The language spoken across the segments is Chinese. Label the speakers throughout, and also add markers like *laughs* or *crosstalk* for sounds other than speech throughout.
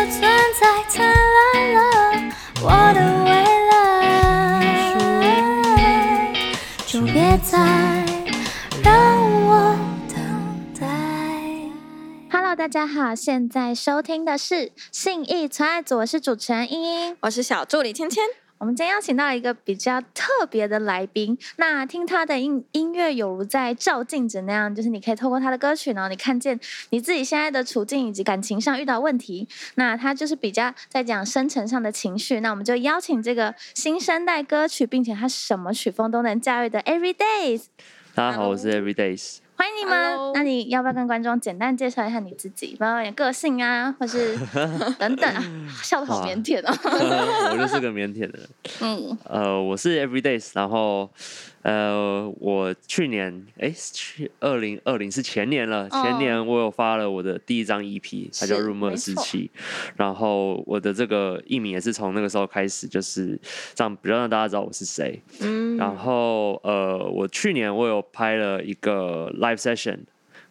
Speaker 1: 再灿烂了，我的未来，就别再让我等待。
Speaker 2: Hello，大家好，现在收听的是《信义存爱组》，我是主持人茵茵。
Speaker 3: 我是小助理芊芊。
Speaker 2: 我们今天邀请到一个比较特别的来宾，那听他的音音乐，有如在照镜子那样，就是你可以透过他的歌曲，然后你看见你自己现在的处境以及感情上遇到问题。那他就是比较在讲深层上的情绪。那我们就邀请这个新生代歌曲，并且他什么曲风都能驾驭的 Everydays，
Speaker 4: 大家好，我是
Speaker 2: *laughs*
Speaker 4: Everydays。
Speaker 2: 欢迎你们。
Speaker 3: Hello
Speaker 2: 那你要不要跟观众简单介绍一下你自己，包括你的个性啊，或是 *laughs* 等等啊？
Speaker 4: 嗯
Speaker 2: 笑得好
Speaker 4: 哇
Speaker 2: 腼腆哦。
Speaker 4: 我就是个腼腆的人。
Speaker 2: *laughs* 嗯，
Speaker 4: 呃，我是 Everydays，然后呃，我去年哎，是去二零二零是前年了，
Speaker 2: 哦
Speaker 4: 前年我有发了我的第一张 EP，它叫
Speaker 2: 是
Speaker 4: 《入梦
Speaker 2: 没
Speaker 4: 时
Speaker 2: 错
Speaker 4: 期》，然后我的这个艺名也是从那个时候开始，就是让比较让大家知道我是谁。
Speaker 3: 嗯
Speaker 4: 然后呃，我去年我有拍了一个 live session，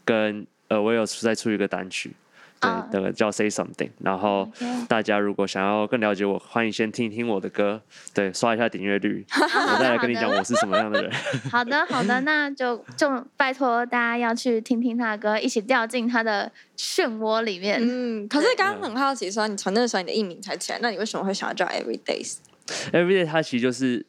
Speaker 4: 跟呃我有出再出一个单曲，对
Speaker 2: 啊，
Speaker 4: 那个叫 Say Something。然后
Speaker 2: OK
Speaker 4: 大家如果想要更了解我，欢迎先听一听我的歌，对，刷一下点阅率，我再来跟你讲我是什么样的人。
Speaker 2: 好的，好的，那就就拜托大家要去听听他的歌，一起掉进他的漩涡里面。
Speaker 3: 嗯，可是刚刚很好奇说，你从那个时候你的艺名才起来，那你为什么会想要叫 Everydays？
Speaker 4: Everyday 它其实就是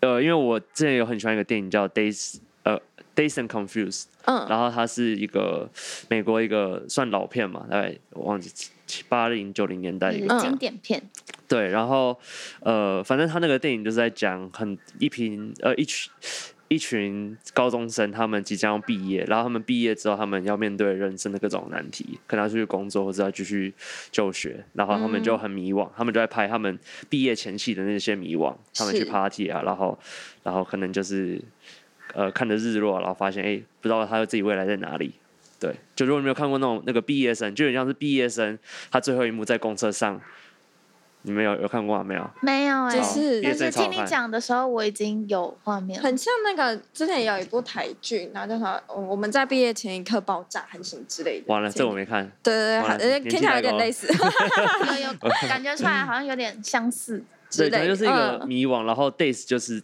Speaker 4: 呃，因为我之前有很喜欢一个电影叫 Days 呃 Days and Confused，
Speaker 3: 嗯
Speaker 4: 然后它是一个美国一个算老片嘛，大概我忘记七七八零九零年代的一个
Speaker 2: 就是经典片，
Speaker 4: 对，然后呃，反正他那个电影就是在讲很一群呃一群一群高中生，他们即将要毕业，然后他们毕业之后，他们要面对人生的各种难题，可能要出去工作或者要继续就学，然后他们就很迷惘，他们就在拍他们毕业前夕的那些迷惘，他们去
Speaker 3: 是
Speaker 4: party 啊，然后然后可能就是呃看着日落，然后发现哎、诶不知道他自己未来在哪里。对，就如果你没有看过那种那个毕业生，就很像是毕业生，他最后一幕在公车上，你们有有看过吗？没有？
Speaker 2: 没有哎、
Speaker 3: 就
Speaker 4: 好
Speaker 3: 是
Speaker 4: 毕业
Speaker 2: 但是
Speaker 4: 生超
Speaker 2: 听
Speaker 4: 好
Speaker 2: 你
Speaker 4: 看
Speaker 2: 讲的时候，我已经有画面了。
Speaker 3: 很像那个之前有一部台剧，然后叫什么？我我们在毕业前一刻爆炸，还是什么之类的。
Speaker 4: 完了，这我没看。
Speaker 3: 对对对，好
Speaker 4: 完了
Speaker 3: 呃
Speaker 4: 年纪
Speaker 3: 听起来有
Speaker 4: 太
Speaker 3: 点
Speaker 4: 高
Speaker 3: 类似。
Speaker 2: 有
Speaker 4: *laughs*
Speaker 2: 有感觉出来，好像有点相似。
Speaker 3: *laughs*
Speaker 4: 对，
Speaker 3: 之类
Speaker 4: 可
Speaker 3: 的
Speaker 4: 能就是一个
Speaker 3: 嗯
Speaker 4: 迷惘，然后 Days 就是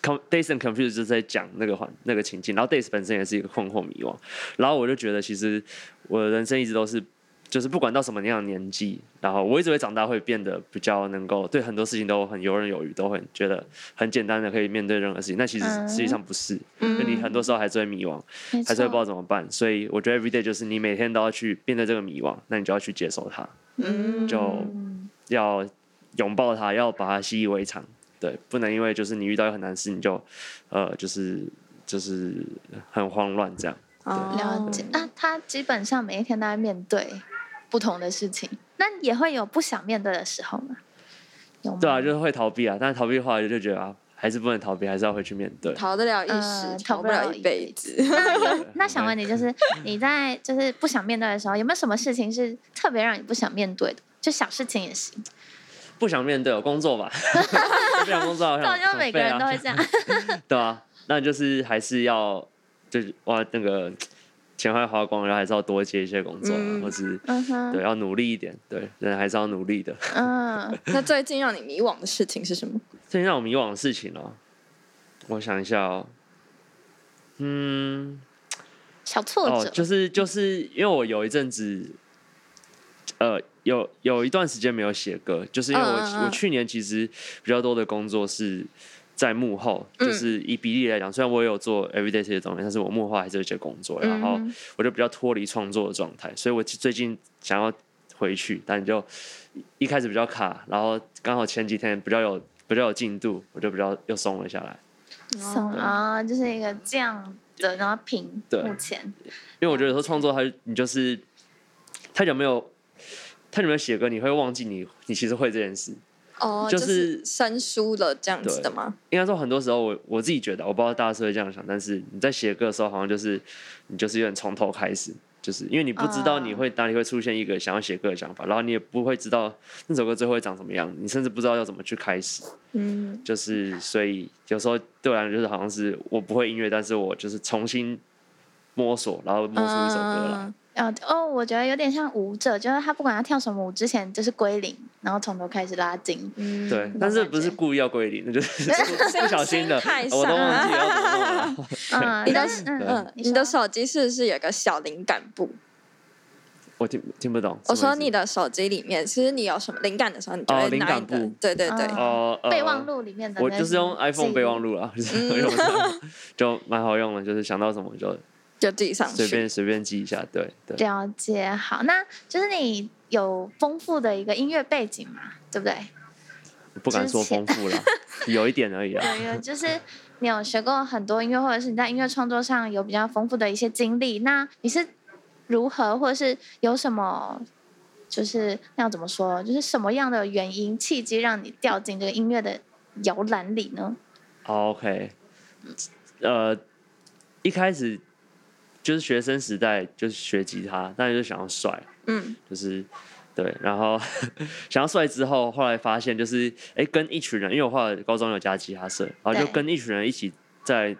Speaker 4: com- Days and Confused 就是在讲那个环那个情境，然后 Days 本身也是一个困惑迷惘，然后我就觉得其实我的人生一直都是。就是不管到什么样的年纪，然后我一直会长大，会变得比较能够对很多事情都很游刃有余，都很觉得很简单的可以面对任何事情。但其实
Speaker 2: 嗯
Speaker 4: 实际上不是，
Speaker 3: 嗯
Speaker 4: 因为你很多时候还是会迷惘，
Speaker 2: 没
Speaker 4: 还是会不知
Speaker 2: 错，
Speaker 4: 道怎么办。所以我觉得 every day 就是你每天都要去面对这个迷惘，那你就要去接受它。
Speaker 3: 嗯，
Speaker 4: 就要拥抱它，要把它习以为常。对，不能因为就是你遇到一个很难的事，你就呃，就是就是很慌乱这样。
Speaker 3: 嗯
Speaker 2: 了解。那他基本上每一天都在面对不同的事情，那也会有不想面对的时候嘛？有吗？
Speaker 4: 对啊，就是会逃避啊，但是逃避的话就觉得啊，还是不能逃避，还是要回去面对。
Speaker 3: 逃得了一
Speaker 2: 呃
Speaker 3: 时，
Speaker 2: 逃
Speaker 3: 逃
Speaker 2: 不
Speaker 3: 不
Speaker 2: 了
Speaker 3: 了
Speaker 2: 一
Speaker 3: 一辈子。
Speaker 2: 那有 *laughs* 那想问你，就是
Speaker 4: 嗯
Speaker 2: 你在就是不想面对的时候，有没有什么事情是特别让你不想面对的？就小事情也行，
Speaker 4: 不想面对，我
Speaker 2: *laughs*
Speaker 4: 工作吧，不想工作，我
Speaker 2: 这
Speaker 4: 想
Speaker 2: 种啊就每个人都会
Speaker 4: 想
Speaker 2: 这
Speaker 4: *laughs*
Speaker 2: 样。
Speaker 4: 废啊对啊，那就是还是要就是哇那个钱快花光了，然后还是要多接一些工作啊，
Speaker 3: 嗯
Speaker 4: 或是
Speaker 2: 嗯哼，
Speaker 4: 对要努力一点，对人还是要努力的。
Speaker 2: 嗯，
Speaker 3: *laughs* 那最近让你迷惘的事情是什么？
Speaker 4: 最近让我迷惘的事情哦，我想一下哦，嗯，
Speaker 2: 小挫
Speaker 4: 哦，
Speaker 2: 折，
Speaker 4: 就是
Speaker 3: 嗯
Speaker 4: 就是因为我有一阵子，呃，有有一段时间没有写歌，就是因为我
Speaker 3: 嗯嗯嗯
Speaker 4: 我去年其实比较多的工作是在幕后，
Speaker 3: 嗯
Speaker 4: 就是以比例来讲，虽然我也有做 everyday 这些东西，但是我幕后还是有一些工作，然后
Speaker 2: 嗯
Speaker 4: 我就比较脱离创作的状态，所以我最近想要回去，但就一开始比较卡，然后刚好前几天比较有比较有进度，我就比较又松了下来。
Speaker 2: 松啊，就是一个这样的，然后平
Speaker 4: 对
Speaker 2: 目前
Speaker 4: 因为我觉得说创作它，你就是太久没有太久没有写歌，你会忘记你你其实会这件事。
Speaker 3: 哦，
Speaker 4: 就
Speaker 3: 就是是生疏了这样子的吗？
Speaker 4: 应该说很多时候我我自己觉得，我不知道大家是不是这样想，但是你在写歌的时候，好像就是你就是有点从头开始。就是因为你不知道
Speaker 2: 啊
Speaker 4: 你会哪里会出现一个想要写歌的想法，然后你也不会知道那首歌最后会长什么样，你甚至不知道要怎么去开始。
Speaker 3: 嗯，
Speaker 4: 就是所以有时候对我来讲就是好像是我不会音乐，但是我就是重新摸索，然后摸出一首歌来。
Speaker 3: 嗯
Speaker 2: 呃哦，我觉得有点像舞者，就是他不管他跳什么舞，之前就是归零，然后从头开始拉
Speaker 4: *laughs*
Speaker 2: 筋。
Speaker 3: 嗯，
Speaker 4: 对，但是不是故意要归零，那就是是不小心
Speaker 3: *laughs*
Speaker 4: 的，
Speaker 3: 心态上
Speaker 4: 我都忘记要怎么弄了。
Speaker 2: 嗯，
Speaker 3: 你的
Speaker 2: 但是嗯
Speaker 4: 对
Speaker 2: 嗯
Speaker 3: 嗯，，
Speaker 2: 说
Speaker 3: 你的手机是不是有个小灵感簿？
Speaker 4: *laughs* 我听听不懂。
Speaker 3: 我说你
Speaker 4: 的
Speaker 3: 的手机里面，其实你有什么灵感的时候，你就
Speaker 4: 哦
Speaker 3: 会
Speaker 4: 灵
Speaker 3: 拿
Speaker 4: 感
Speaker 3: 你的
Speaker 4: 簿。
Speaker 3: 对对对，
Speaker 2: 哦
Speaker 4: 哦，呃
Speaker 2: 备忘录里面的那
Speaker 4: 我
Speaker 2: 种记忆，嗯
Speaker 4: 就是用 iPhone 备忘录啦， *laughs* 就是用上就蛮好用的，就是想到什么就
Speaker 3: 就自己上
Speaker 4: 随
Speaker 3: 去。
Speaker 4: 便随便记一下。对对，
Speaker 2: 了解，好，那就是你有丰富的一个音乐背景嘛，对不对？
Speaker 4: 不敢说
Speaker 2: 之前 *laughs*
Speaker 4: 丰富了，有一点而已啊。
Speaker 2: 对，有就是你有学过很多音乐，或者是你在音乐创作上有比较丰富的一些经历。那你是如何，或者是有什么，就是那要怎么说，就是什么样的原因契机让你掉进这个音乐的摇篮里呢？
Speaker 4: 好 OK，呃，一开始就是学生时代就是学吉他，但是就想要帅，
Speaker 3: 嗯，
Speaker 4: 就是对，然后想要帅之后，后来发现就是哎、诶跟一群人，因为我后来高中有加吉他社，然后就
Speaker 2: 对
Speaker 4: 跟一群人一起在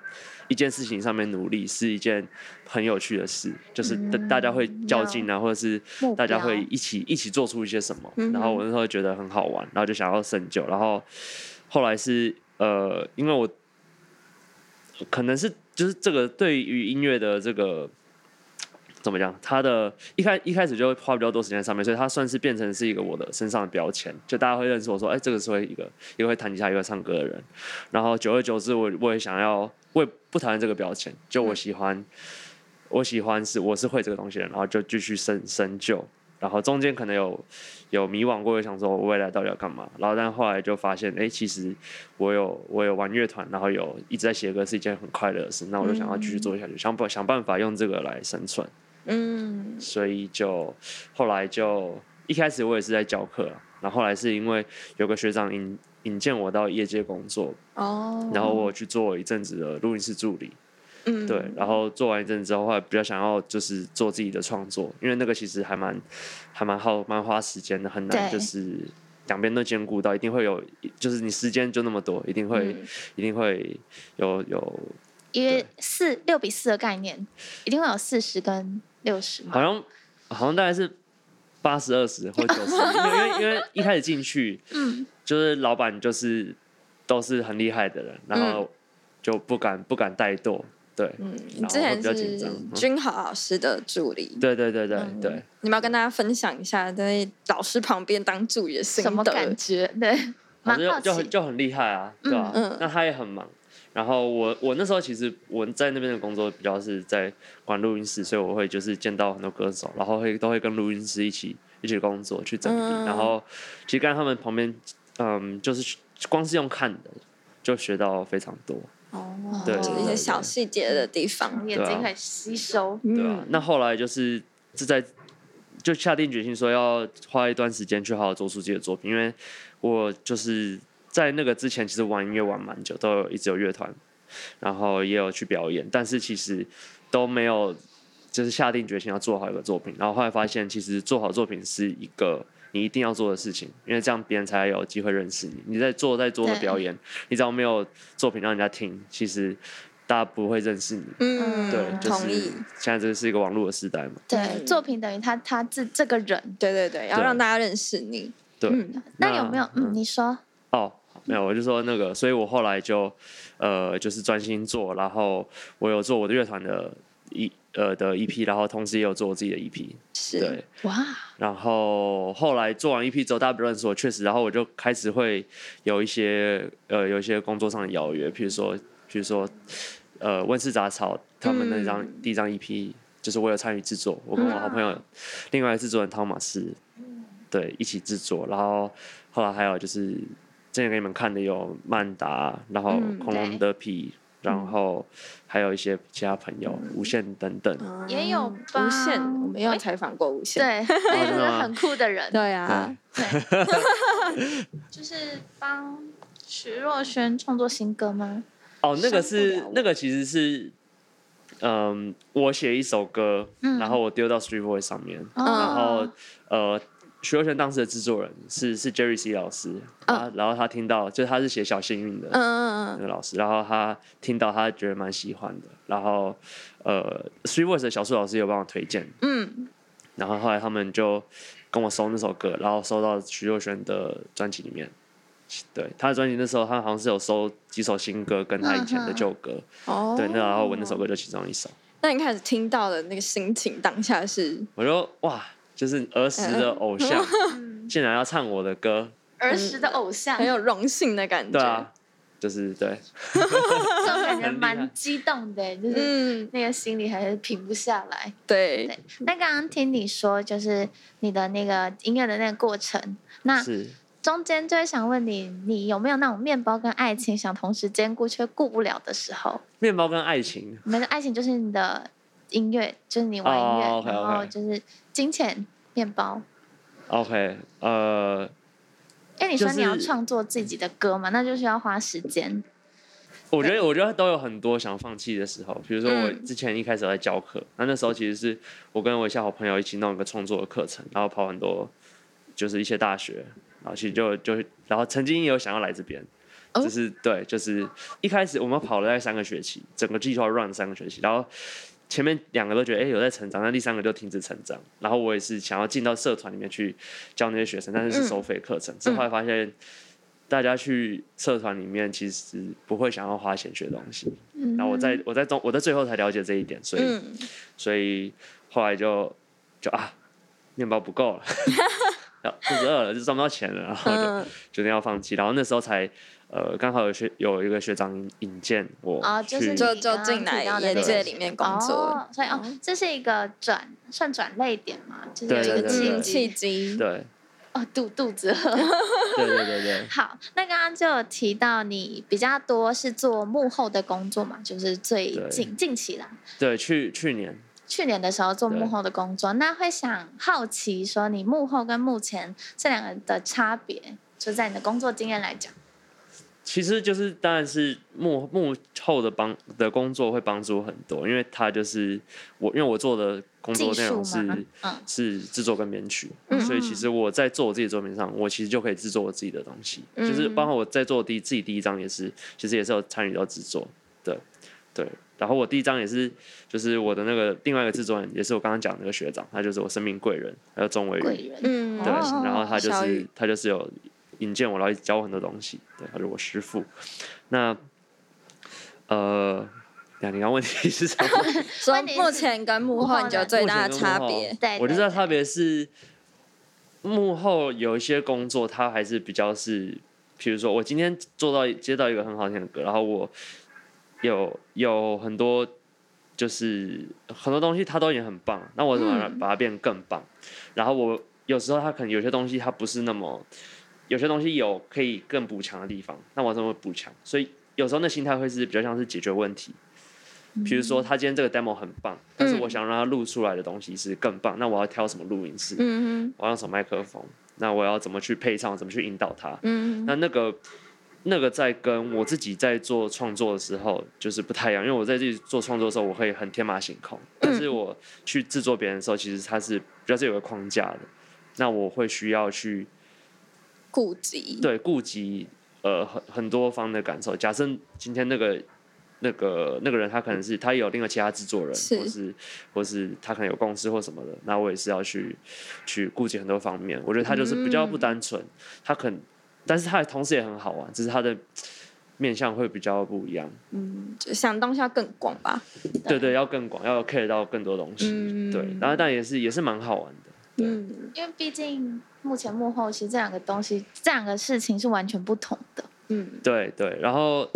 Speaker 4: 一件事情上面努力，是一件很有趣的事，就是大
Speaker 2: 嗯
Speaker 4: 大家会较劲啊，或者是
Speaker 2: 目
Speaker 4: 大家
Speaker 2: 标
Speaker 4: 会一起一起做出一些什么，
Speaker 3: 嗯哼
Speaker 4: 然后我那时候觉得很好玩，然后就想要深究，然后后来是呃，因为我可能是就是这个对于音乐的这个怎么讲，它的一开一开始就会花比较多时间在上面，所以它算是变成是一个我的身上的标签，就大家会认识我说，哎、这个是会一个一个会弹吉他，一个会唱歌的人。然后久而久之我，我也想要，我也不讨厌这个标签，就我喜欢，我喜欢是我是会这个东西的人，然后就继续深深究。然后中间可能有有迷惘过，想说我未来到底要干嘛。然后但后来就发现，哎，其实我有我有玩乐团，然后有一直在写歌，是一件很快乐的事。那我就想要继续做下去，想办想办法用这个来生存。
Speaker 3: 嗯，
Speaker 4: 所以就后来就一开始我也是在教课啊，然后后来是因为有个学长引引荐我到业界工作，
Speaker 3: 哦，
Speaker 4: 然后我有去做一阵子的录音室助理，
Speaker 3: 嗯，
Speaker 4: 对，然后做完一阵子之后，后来比较想要就是做自己的创作，因为那个其实还蛮还蛮耗蛮花时间的，很难
Speaker 2: 对
Speaker 4: 就是两边都兼顾到，一定会有就是你时间就那么多，一定
Speaker 3: 嗯
Speaker 4: 会、一定会有有
Speaker 2: 因为
Speaker 4: 对
Speaker 2: 四六比四的概念，一定会有四十跟六十嘛。
Speaker 4: 好像好像大概是八十二十或九十，因为因为一开始进
Speaker 3: *laughs*
Speaker 4: 去，
Speaker 3: 嗯
Speaker 4: 就是老板就是都是很厉害的人，然后就不敢不敢怠惰，对，
Speaker 3: 嗯，你
Speaker 4: 然
Speaker 3: 之
Speaker 4: 后会
Speaker 3: 前
Speaker 4: 比较紧张嗯
Speaker 3: 是，君豪老师的助理，
Speaker 4: 对对对对
Speaker 3: 嗯
Speaker 4: 对。
Speaker 3: 你们要跟大家分享一下在老师旁边当助理的心
Speaker 2: 什么
Speaker 3: 得
Speaker 2: 感觉？
Speaker 4: *laughs*
Speaker 2: 对，蛮好
Speaker 4: 正就
Speaker 2: 奇
Speaker 4: 很。就很厉害啊，对吧、啊？
Speaker 3: 嗯
Speaker 4: 那他也很忙。然后我我那时候其实我在那边的工作比较是在管录音室，所以我会就是见到很多歌手，然后会都会跟录音师一起一起工作去整理。
Speaker 3: 嗯
Speaker 4: 然后其实跟他们旁边，嗯，就是光是用看的就学到非常多，
Speaker 3: 哦，
Speaker 4: 对
Speaker 3: 就是
Speaker 4: 对
Speaker 3: 一些
Speaker 4: 对
Speaker 3: 小细节的地方，
Speaker 2: 眼
Speaker 4: 对啊
Speaker 2: 睛很吸收，
Speaker 4: 对吧、啊？
Speaker 3: 嗯，
Speaker 4: 那后来就是是在就下定决心说要花一段时间去好好做出自己的作品，因为我就是在那个之前，其实玩音乐玩蛮久，都有一直有乐团，然后也有去表演，但是其实都没有就是下定决心要做好一个作品。然后后来发现，其实做好作品是一个你一定要做的事情，因为这样别人才有机会认识你。你在做再多的
Speaker 2: 对
Speaker 4: 表演，你只要没有作品让人家听，其实大家不会认识你。
Speaker 3: 嗯，
Speaker 4: 对，就
Speaker 3: 同
Speaker 4: 是
Speaker 3: 意。
Speaker 4: 现在这是一个网络的时代嘛，
Speaker 2: 对，作品等于他他自这个人。
Speaker 3: 对对对，要
Speaker 4: 对
Speaker 3: 让大家认识你。
Speaker 4: 对，
Speaker 3: 嗯，
Speaker 2: 那有没有？嗯，
Speaker 4: 嗯
Speaker 2: 你说
Speaker 4: 哦，没有，我就说那个，所以我后来就呃，就是专心做，然后我有做我的乐团的一呃的 EP，然后同时也有做我自己的 EP，
Speaker 3: 是，
Speaker 4: 对，
Speaker 2: 哇，
Speaker 4: 然后后来做完 EP 之后，大家不认识我，确实，然后我就开始会有一些呃有一些工作上的邀约，譬如说譬如说呃温室杂草他们那张、
Speaker 3: 嗯
Speaker 4: 第一张 EP，就是我有参与制作，我跟我好朋友、另外一个制作人汤马斯，
Speaker 3: 嗯
Speaker 4: 对，一起制作，然后后来还有就是之前给你们看的有曼达，然后
Speaker 3: 嗯
Speaker 4: 恐龙
Speaker 2: 对
Speaker 4: 的皮。然后还有一些其他朋友，无限等
Speaker 3: *laughs*
Speaker 4: 哦等，
Speaker 2: 也有
Speaker 3: 嗯
Speaker 2: 吧
Speaker 3: 无限，我们也有采访过无限。
Speaker 2: 对，
Speaker 4: *laughs*
Speaker 2: 那个就
Speaker 4: 哦真的
Speaker 2: 是
Speaker 4: 吗
Speaker 2: 很酷的人，
Speaker 3: 对啊，
Speaker 2: 对，就是帮徐若瑄创作新歌吗？
Speaker 4: 哦，那个
Speaker 3: 伤不
Speaker 4: 是
Speaker 3: 了我
Speaker 4: 那个其实是，嗯，我写一首歌，
Speaker 2: 嗯
Speaker 3: 嗯
Speaker 4: 然后我丢到 Street Voice 上面，
Speaker 2: 哦
Speaker 4: 然后呃，徐若瑄当时的制作人是是 Jerry C 老师，
Speaker 3: 嗯
Speaker 4: 啊，然后他听到就是他是写小幸运的，
Speaker 3: 嗯嗯
Speaker 4: 那
Speaker 3: 嗯
Speaker 4: 个老师，然后他听到他觉得蛮喜欢的，然后呃，Three Words 的小树老师有帮我推荐，
Speaker 3: 嗯，
Speaker 4: 然后后来他们就跟我收那首歌，然后收到徐若瑄的专辑里面。对，他的专辑那时候他好像是有收几首新歌跟他以前
Speaker 3: 嗯
Speaker 4: 的旧歌，
Speaker 3: 哦，
Speaker 4: 对，那然后我那首歌就其中一首，
Speaker 3: 那你开始听到的那个心情，当下是
Speaker 4: 我就哇，就是儿时的偶像竟然要唱我的歌，
Speaker 2: 儿时的偶像，
Speaker 3: 很有荣幸的感觉。
Speaker 4: 对啊，就是对，
Speaker 2: 这种感觉
Speaker 4: 很厉害
Speaker 2: 蛮激动的，欸就是
Speaker 3: 嗯，
Speaker 2: 那个心里还是平不下来。
Speaker 3: 对，
Speaker 2: 那刚刚听你说，就是你的那个音乐的那个过程，那
Speaker 4: 是。
Speaker 2: 中间就会想问你，你有没有那种面包跟爱情想同时兼顾却顾不了的时候？
Speaker 4: 面包跟爱情，
Speaker 2: 你们的爱情就是你的音乐，就是你玩音乐
Speaker 4: 哦，OK，OK
Speaker 2: 然后就是金钱、面包。
Speaker 4: OK，呃，
Speaker 2: 哎，你说
Speaker 4: 就是
Speaker 2: 你要创作自己的歌嘛，那就需要花时间。
Speaker 4: 我觉得我觉得都有很多想放弃的时候，比如说我
Speaker 3: 嗯
Speaker 4: 之前一开始有在教课，那那时候其实是我跟我一些好朋友一起弄一个创作的课程，然后跑很多就是一些大学，然后其实就就然后曾经也有想要来这边。
Speaker 3: 哦
Speaker 4: 就是对，就是一开始我们跑了大概三个学期，整个计划 run 三个学期，然后前面两个都觉得哎、诶有在成长，但第三个就停止成长。然后我也是想要进到社团里面去教那些学生，但
Speaker 3: 嗯
Speaker 4: 是是收费课程。之、后来发现，大家去社团里面其实不会想要花钱学东西。
Speaker 2: 嗯
Speaker 4: 然后我在我在中我在最后才了解这一点，所以、
Speaker 3: 嗯，
Speaker 4: 所以后来就就啊，面包不够
Speaker 2: *laughs*
Speaker 4: 了，然后肚子饿了，就赚不到钱了，然后就
Speaker 3: 嗯，
Speaker 4: 决定要放弃。然后那时候才呃，刚好有学有一个学长引引荐我
Speaker 2: 哦就是
Speaker 4: 去
Speaker 2: 你
Speaker 3: 就
Speaker 2: 刚
Speaker 3: 就
Speaker 2: 刚
Speaker 3: 进来
Speaker 2: 提到的
Speaker 3: 业
Speaker 4: 那
Speaker 3: 界
Speaker 4: 个
Speaker 3: 里面工作，
Speaker 2: 哦，所以哦，这是一个转算转类点嘛，就是
Speaker 4: 对
Speaker 2: 有一
Speaker 4: 对
Speaker 2: 个
Speaker 4: 对
Speaker 2: 契
Speaker 3: 嗯，
Speaker 4: 对
Speaker 3: 契
Speaker 2: 机
Speaker 3: 机，
Speaker 4: 对
Speaker 2: 哦，肚肚子饿。
Speaker 4: 对对对对，
Speaker 2: 好，那刚刚就有提到你比较多是做幕后的工作嘛，就是最
Speaker 4: 对
Speaker 2: 近近期啦，
Speaker 4: 对去去年
Speaker 2: 去年的时候做幕
Speaker 4: 对
Speaker 2: 后的工作，那会想好奇说你幕后跟幕前这两个的差别，就在你的工作经验来讲，
Speaker 4: 其实就是当然是幕幕后的帮的工作会帮助很多，因为他就是我，因为我做的工作
Speaker 2: 技
Speaker 4: 内
Speaker 2: 术
Speaker 4: 容是
Speaker 2: 嘛，嗯，
Speaker 4: 是制作跟编曲，所以其实我在做我自己的作品上，我其实就可以制作我自己的东西，
Speaker 2: 嗯
Speaker 4: 就是包括我在做第自己第一张也是，其实也是有参与到制作，对对。然后我第一张也是，就是我的那个另外一个制作人，也是我刚刚讲的那个学长，他就是我生命贵人，还有钟伟宇，
Speaker 2: 贵人，
Speaker 3: 嗯，
Speaker 4: 对，
Speaker 2: 哦
Speaker 4: 然后他就
Speaker 3: 小
Speaker 4: 是
Speaker 3: 雨
Speaker 4: 他就是有引荐我，然后一直教我很多东西，对，他是我师傅。那呃，两你刚问题是什么？
Speaker 3: 所以目前跟幕后，你觉得最大的差
Speaker 4: 目前
Speaker 3: 别
Speaker 4: 跟幕后？
Speaker 2: 对
Speaker 4: 我就
Speaker 2: 对
Speaker 4: 知道
Speaker 2: 对
Speaker 4: 差别是幕后有一些工作，它还是比较是，比如说我今天做到接到一个很好听的歌，然后我有有很多就是很多东西它都已经很棒，那我怎么把它变更棒？然后我有时候它可能有些东西它不是那么，有些东西有可以更补强的地方，那我怎么补强？所以有时候那心态会是比较像是解决问题。比如说，他今天这个 demo 很棒，但是我想让他录出来的东西是更棒，那我要挑什么录音室？
Speaker 3: 嗯
Speaker 4: 我要用什么麦克风？那我要怎么去配唱？怎么去引导他？
Speaker 3: 嗯
Speaker 4: 那那个那个在跟我自己在做创作的时候就是不太一样，因为我在自己做创作的时候，我会很天马行空，但是我去制作别人的时候，其实它是比较是有个框架的。那我会需要去
Speaker 3: 顾及，
Speaker 4: 对顾及呃很很多方的感受。假设今天那个那个那个人他可能是他有另外其他制作人，
Speaker 3: 是
Speaker 4: 或是或是他可能有公司或什么的，那我也是要去去顾及很多方面。我觉得他就是比较不单
Speaker 3: 嗯
Speaker 4: 纯，他肯，但是他同时也很好玩，只是他的面向会比较不一样。
Speaker 3: 嗯就想东西要更广吧。
Speaker 4: 对对，要更广，要 care 到更多东西。
Speaker 3: 嗯
Speaker 4: 对，然后但也是也是蛮好玩的。对
Speaker 3: 嗯
Speaker 2: 因为毕竟幕前幕后，其实这两个东西，这两个事情是完全不同
Speaker 3: *laughs*
Speaker 2: 的。
Speaker 3: 嗯
Speaker 4: 对对，然后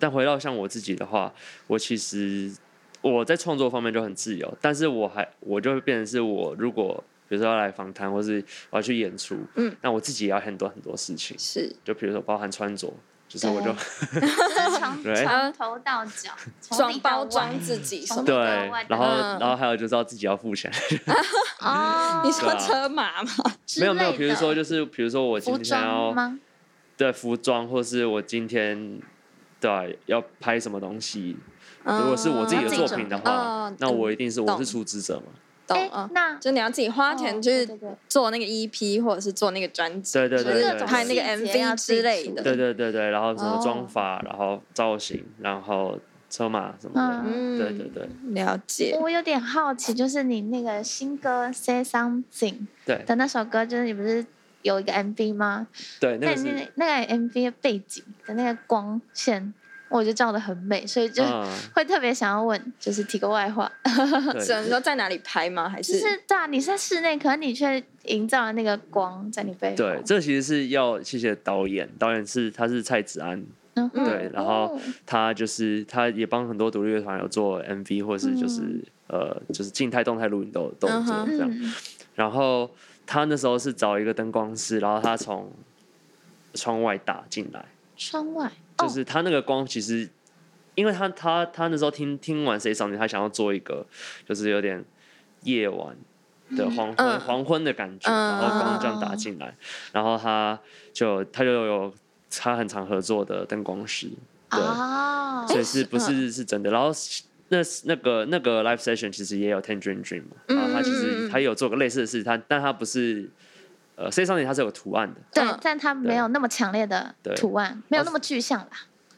Speaker 4: 但回到像我自己的话，我其实我在创作方面就很自由，但是我还我就会变成是我如果比如说要来访谈，或是我要去演出，
Speaker 3: 嗯，
Speaker 4: 那我自己也要很多很多事情，
Speaker 3: 是，
Speaker 4: 就比如说包含穿着，就是我就
Speaker 2: 就是从
Speaker 4: 对
Speaker 2: 从头到脚，从
Speaker 3: 装
Speaker 2: 里到
Speaker 3: 包
Speaker 2: 外
Speaker 3: 装自己什
Speaker 2: 从
Speaker 3: 么
Speaker 2: 里
Speaker 4: *laughs* 对
Speaker 2: 到
Speaker 3: 的？
Speaker 2: 外，
Speaker 4: 然后
Speaker 3: 嗯
Speaker 4: 然后还有就是要自己要付钱，
Speaker 2: 哦，
Speaker 3: 你说
Speaker 4: 对啊
Speaker 3: 车马吗？
Speaker 4: *laughs* 没有没有，
Speaker 2: 之类
Speaker 4: 比如
Speaker 2: 的
Speaker 4: 说就是比如说我今
Speaker 2: 服
Speaker 4: 天
Speaker 2: 装
Speaker 4: 要
Speaker 2: 吗？
Speaker 4: 对服装，或是我今天对要拍什么东西，如
Speaker 3: 如
Speaker 4: 果是我自己的
Speaker 2: 嗯要自己哦
Speaker 4: 作品的
Speaker 2: 准
Speaker 4: 话
Speaker 3: 嗯，
Speaker 4: 那我一定是
Speaker 3: 懂
Speaker 4: 我是出资者嘛，
Speaker 3: 懂
Speaker 2: 哎
Speaker 3: 啊，。
Speaker 2: 那
Speaker 3: 就你要自己花
Speaker 2: 哦
Speaker 3: 钱
Speaker 2: 对
Speaker 3: 去
Speaker 2: 对对
Speaker 3: 做那个 EP 或者是做那个专辑，
Speaker 4: 对对对
Speaker 2: 各
Speaker 4: 对
Speaker 2: 种
Speaker 3: 拍那个
Speaker 2: 细节要
Speaker 3: MV
Speaker 2: 自己
Speaker 3: 之类
Speaker 2: 处
Speaker 3: 的。
Speaker 4: 对对对对，然后什么
Speaker 3: 哦
Speaker 4: 妆发，然后造型，然后车马什么的，
Speaker 3: 嗯
Speaker 4: 对对对
Speaker 3: 了解。
Speaker 2: 我有点好奇，就是你那个新歌《Say Something
Speaker 4: 对》
Speaker 2: 的那首歌，就是你不是有一个 MV 吗？
Speaker 4: 对，
Speaker 2: 那
Speaker 4: 那个
Speaker 2: 你
Speaker 4: 是
Speaker 2: 那那个 MV 的背景的那个光线，我觉得照的很美，所以就
Speaker 3: *laughs*
Speaker 4: 嗯，
Speaker 2: 会特别想要问，就是提个外话，
Speaker 3: 只能
Speaker 4: 对，
Speaker 3: 说在哪里拍吗？还
Speaker 2: 就是是对啊，你是在室内，可是你却营造了那个光在你背后。
Speaker 4: 对，这其实是要谢谢导演，导演是他是蔡子安，
Speaker 2: 嗯哼
Speaker 4: 对，然后他就是他也帮很多独立乐团有做 MV，或是就是、呃就是静态、动态录影都有都有做
Speaker 3: 嗯嗯哼
Speaker 4: 这样。
Speaker 2: 嗯，
Speaker 4: 然后他那时候是找一个灯光师，然后他从窗外打进来，
Speaker 2: 窗外
Speaker 4: 就
Speaker 2: 哦
Speaker 4: 是他那个光其实，因为他他他那时候听听完谁上去，他想要做一个就是有点夜晚的黄昏、
Speaker 3: 嗯
Speaker 4: 黄昏的感觉，
Speaker 3: 嗯
Speaker 4: 然后光这样打进来，然后他就他就有他很常合作的灯光师，对。
Speaker 2: 哦，
Speaker 4: 所以是不是
Speaker 3: 嗯
Speaker 4: 是真的？然后是那是那个那个 live session 其实也有 Ten Dream Dream 嘛，
Speaker 3: 嗯
Speaker 4: 然后他其
Speaker 3: 嗯
Speaker 4: 实
Speaker 3: 嗯嗯
Speaker 4: 他有做个类似的事，他但他不是呃 C 上面他是有图案的，
Speaker 2: 对
Speaker 3: 嗯，
Speaker 2: 但它没有那么强烈的
Speaker 4: 对哦
Speaker 2: 图案，没有那么具象吧？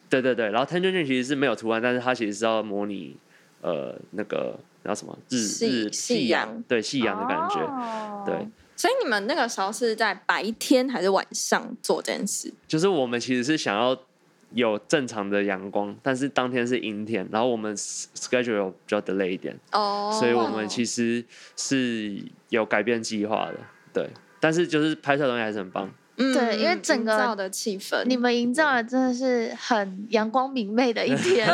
Speaker 4: 对对对，然后 Ten Dream Dream 其实是没有图案，但是他其实是要模拟呃那个叫什么日
Speaker 3: 夕
Speaker 4: 日
Speaker 3: 夕阳
Speaker 4: 对夕阳的感觉，
Speaker 2: 哦
Speaker 4: 对。
Speaker 3: 所以你们那个时候是在白天还是晚上做这件事？
Speaker 4: 就是我们其实是想要有正常的阳光，但是当天是阴天，然后我们 schedule 有比较 delay 一点，
Speaker 3: 哦，
Speaker 4: 所以我们其实是有改变计划的，对。但是就是拍摄的东西还是很棒，
Speaker 3: 嗯
Speaker 2: 对因为整个
Speaker 3: 营造的气氛，
Speaker 2: 你们营造的真的是很阳光明媚的一
Speaker 4: *laughs*
Speaker 2: 天，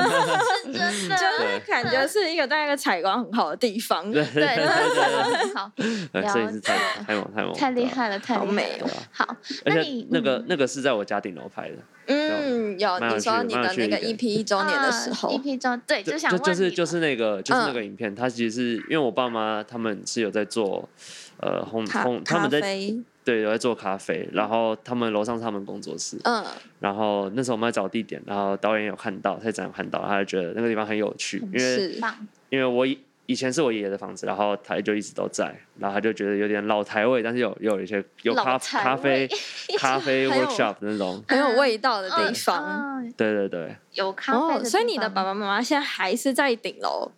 Speaker 2: 真的
Speaker 3: 就是感觉是一个在一个采光很好的地方，
Speaker 4: 对
Speaker 2: 对，真的好，
Speaker 4: 呃
Speaker 2: 了
Speaker 4: 摄影师太太猛太猛，
Speaker 2: 太厉
Speaker 4: 对啊，
Speaker 2: 害了，太
Speaker 3: 好
Speaker 2: 厉害
Speaker 3: 美
Speaker 2: 了
Speaker 3: 哦。。
Speaker 2: 好，那
Speaker 4: 而且
Speaker 2: 你嗯
Speaker 4: 那个那个是在我家顶楼拍的，
Speaker 3: 嗯，有
Speaker 4: 蛮有
Speaker 3: 你
Speaker 4: 趣的
Speaker 3: 说你的那
Speaker 4: 蛮有
Speaker 3: 个
Speaker 4: 趣的一
Speaker 3: EP 一周年的时候
Speaker 2: 一，批，E 中对，就想
Speaker 4: 就
Speaker 2: 问
Speaker 4: 就
Speaker 2: 你
Speaker 4: 是
Speaker 2: 嘛嗯
Speaker 4: 就是那个就是那个影片，它其实是因为我爸妈他们是有在做呃烘
Speaker 3: 咖
Speaker 4: 烘，他
Speaker 3: 咖
Speaker 4: 们在
Speaker 3: 啡，
Speaker 4: 对有在做咖啡，然后他们楼上是他们工作室，
Speaker 3: 嗯，
Speaker 4: 然后那时候我们在找地点，然后导演有看到，蔡展有看到，他就觉得那个地方很有趣，
Speaker 2: 嗯
Speaker 4: 因为
Speaker 3: 是
Speaker 2: 棒，
Speaker 4: 因为我以以前是我爷爷的房子，然后他就一直都在，然后他就觉得有点老台味，但是有有一些有
Speaker 2: 老
Speaker 4: 咖
Speaker 2: 台
Speaker 4: 咖啡
Speaker 2: 味 *laughs*
Speaker 4: 咖啡
Speaker 3: 还有
Speaker 4: workshop 那种，
Speaker 3: 很有味道的
Speaker 2: 嗯
Speaker 3: 地方。
Speaker 2: 哦
Speaker 4: 对对对，
Speaker 2: 有咖啡
Speaker 3: 哦，
Speaker 2: 地
Speaker 3: 所以你的
Speaker 2: 方
Speaker 3: 爸爸妈妈现在还是在顶楼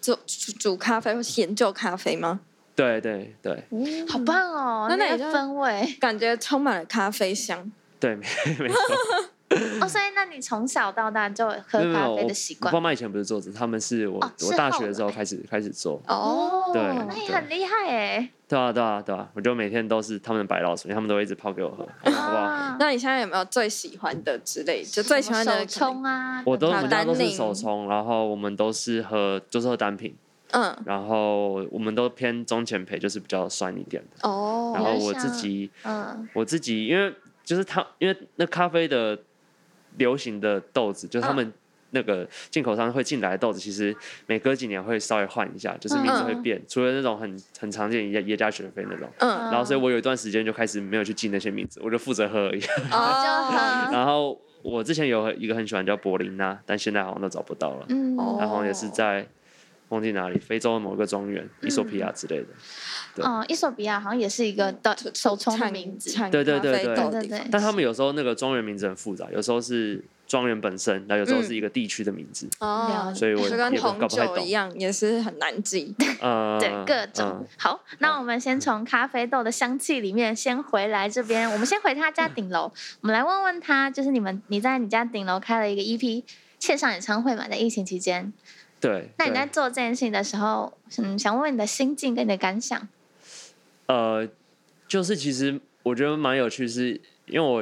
Speaker 3: 做煮煮咖啡或是研究咖啡吗？
Speaker 4: 对对对
Speaker 2: 好棒哦，
Speaker 3: 那
Speaker 2: 那个
Speaker 3: 那也就
Speaker 2: 氛围
Speaker 3: 感觉充满了咖啡香。
Speaker 4: 对，没 *laughs* 没错，
Speaker 2: 哦，所以那你从小到大就有
Speaker 4: 没有
Speaker 2: 喝
Speaker 4: 没
Speaker 2: 咖
Speaker 4: 有，
Speaker 2: 啡
Speaker 4: 我
Speaker 2: 的习惯
Speaker 4: 我爸妈以前不是做，只是他们是我
Speaker 2: 哦是
Speaker 4: 我大学
Speaker 2: 后
Speaker 4: 的时候
Speaker 2: 来
Speaker 4: 开始开始做，
Speaker 3: 哦，
Speaker 4: 对
Speaker 2: 那也很厉害哎，
Speaker 4: 对啊对啊对啊，我就每天都是他们的白老鼠，因为他们都会一直泡给我喝，好不好？
Speaker 2: 啊
Speaker 3: 那你现在有没有最喜欢的之类？就最喜欢的
Speaker 2: 手冲啊，
Speaker 4: 我都我
Speaker 3: 好
Speaker 4: 们家都
Speaker 3: 单
Speaker 4: 是
Speaker 3: 宁
Speaker 4: 手冲，然后我们都是喝就是喝单品，
Speaker 3: 嗯，
Speaker 4: 然后我们都偏中前培，就是比较酸一点的。然
Speaker 3: 哦，
Speaker 4: 后我自己
Speaker 2: 嗯，
Speaker 4: 我自己因为就是他，因为那咖啡的流行的豆子，
Speaker 3: 嗯
Speaker 4: 就是他们那个进口商会进来的豆子，其实每隔几年会稍微换一下，就是名字会变，除了那种很很常见耶耶加雪菲那种。
Speaker 3: 嗯，
Speaker 4: 然后，所以我有一段时间就开始没有去记那些名字，我就负责喝而已。
Speaker 3: 哦，
Speaker 2: 就喝，
Speaker 4: *laughs* 然后我之前有一个很喜欢叫柏林娜，但现在好像都找不到了。
Speaker 2: 嗯，
Speaker 3: 哦
Speaker 4: 然后也是在忘记哪里，非洲的某个庄园，伊索比亚之类的。对
Speaker 2: 哦，伊索比亚好像也是一个的手冲的名字，
Speaker 3: 产
Speaker 4: 对对对
Speaker 3: 产咖啡豆
Speaker 2: 对
Speaker 3: 的地
Speaker 2: 对
Speaker 3: 方
Speaker 2: 对
Speaker 4: 但他们有时候那个庄园名字很复杂，有时候是庄园本身，那有时候
Speaker 2: 嗯
Speaker 4: 是一个地区的名字，
Speaker 3: 哦，
Speaker 4: 所以我也
Speaker 3: 就跟
Speaker 4: 搞
Speaker 3: 红
Speaker 4: 不太
Speaker 3: 酒
Speaker 4: 懂
Speaker 3: 一。样，也是很难记。
Speaker 4: 呃，
Speaker 2: *laughs* 对，各种
Speaker 4: 嗯
Speaker 2: 好。那我们先从咖啡豆的香气里面先回来这边，我们先回他家顶楼，我们来问问他，就是你们你在你家顶楼开了一个 EP 线上演唱会嘛，在疫情期间，
Speaker 4: 对。
Speaker 2: 那你
Speaker 4: 对
Speaker 2: 在做这件事情的时候，嗯，想问问你的心境跟你的感想。
Speaker 4: 呃，就是其实我觉得蛮有趣是，因为我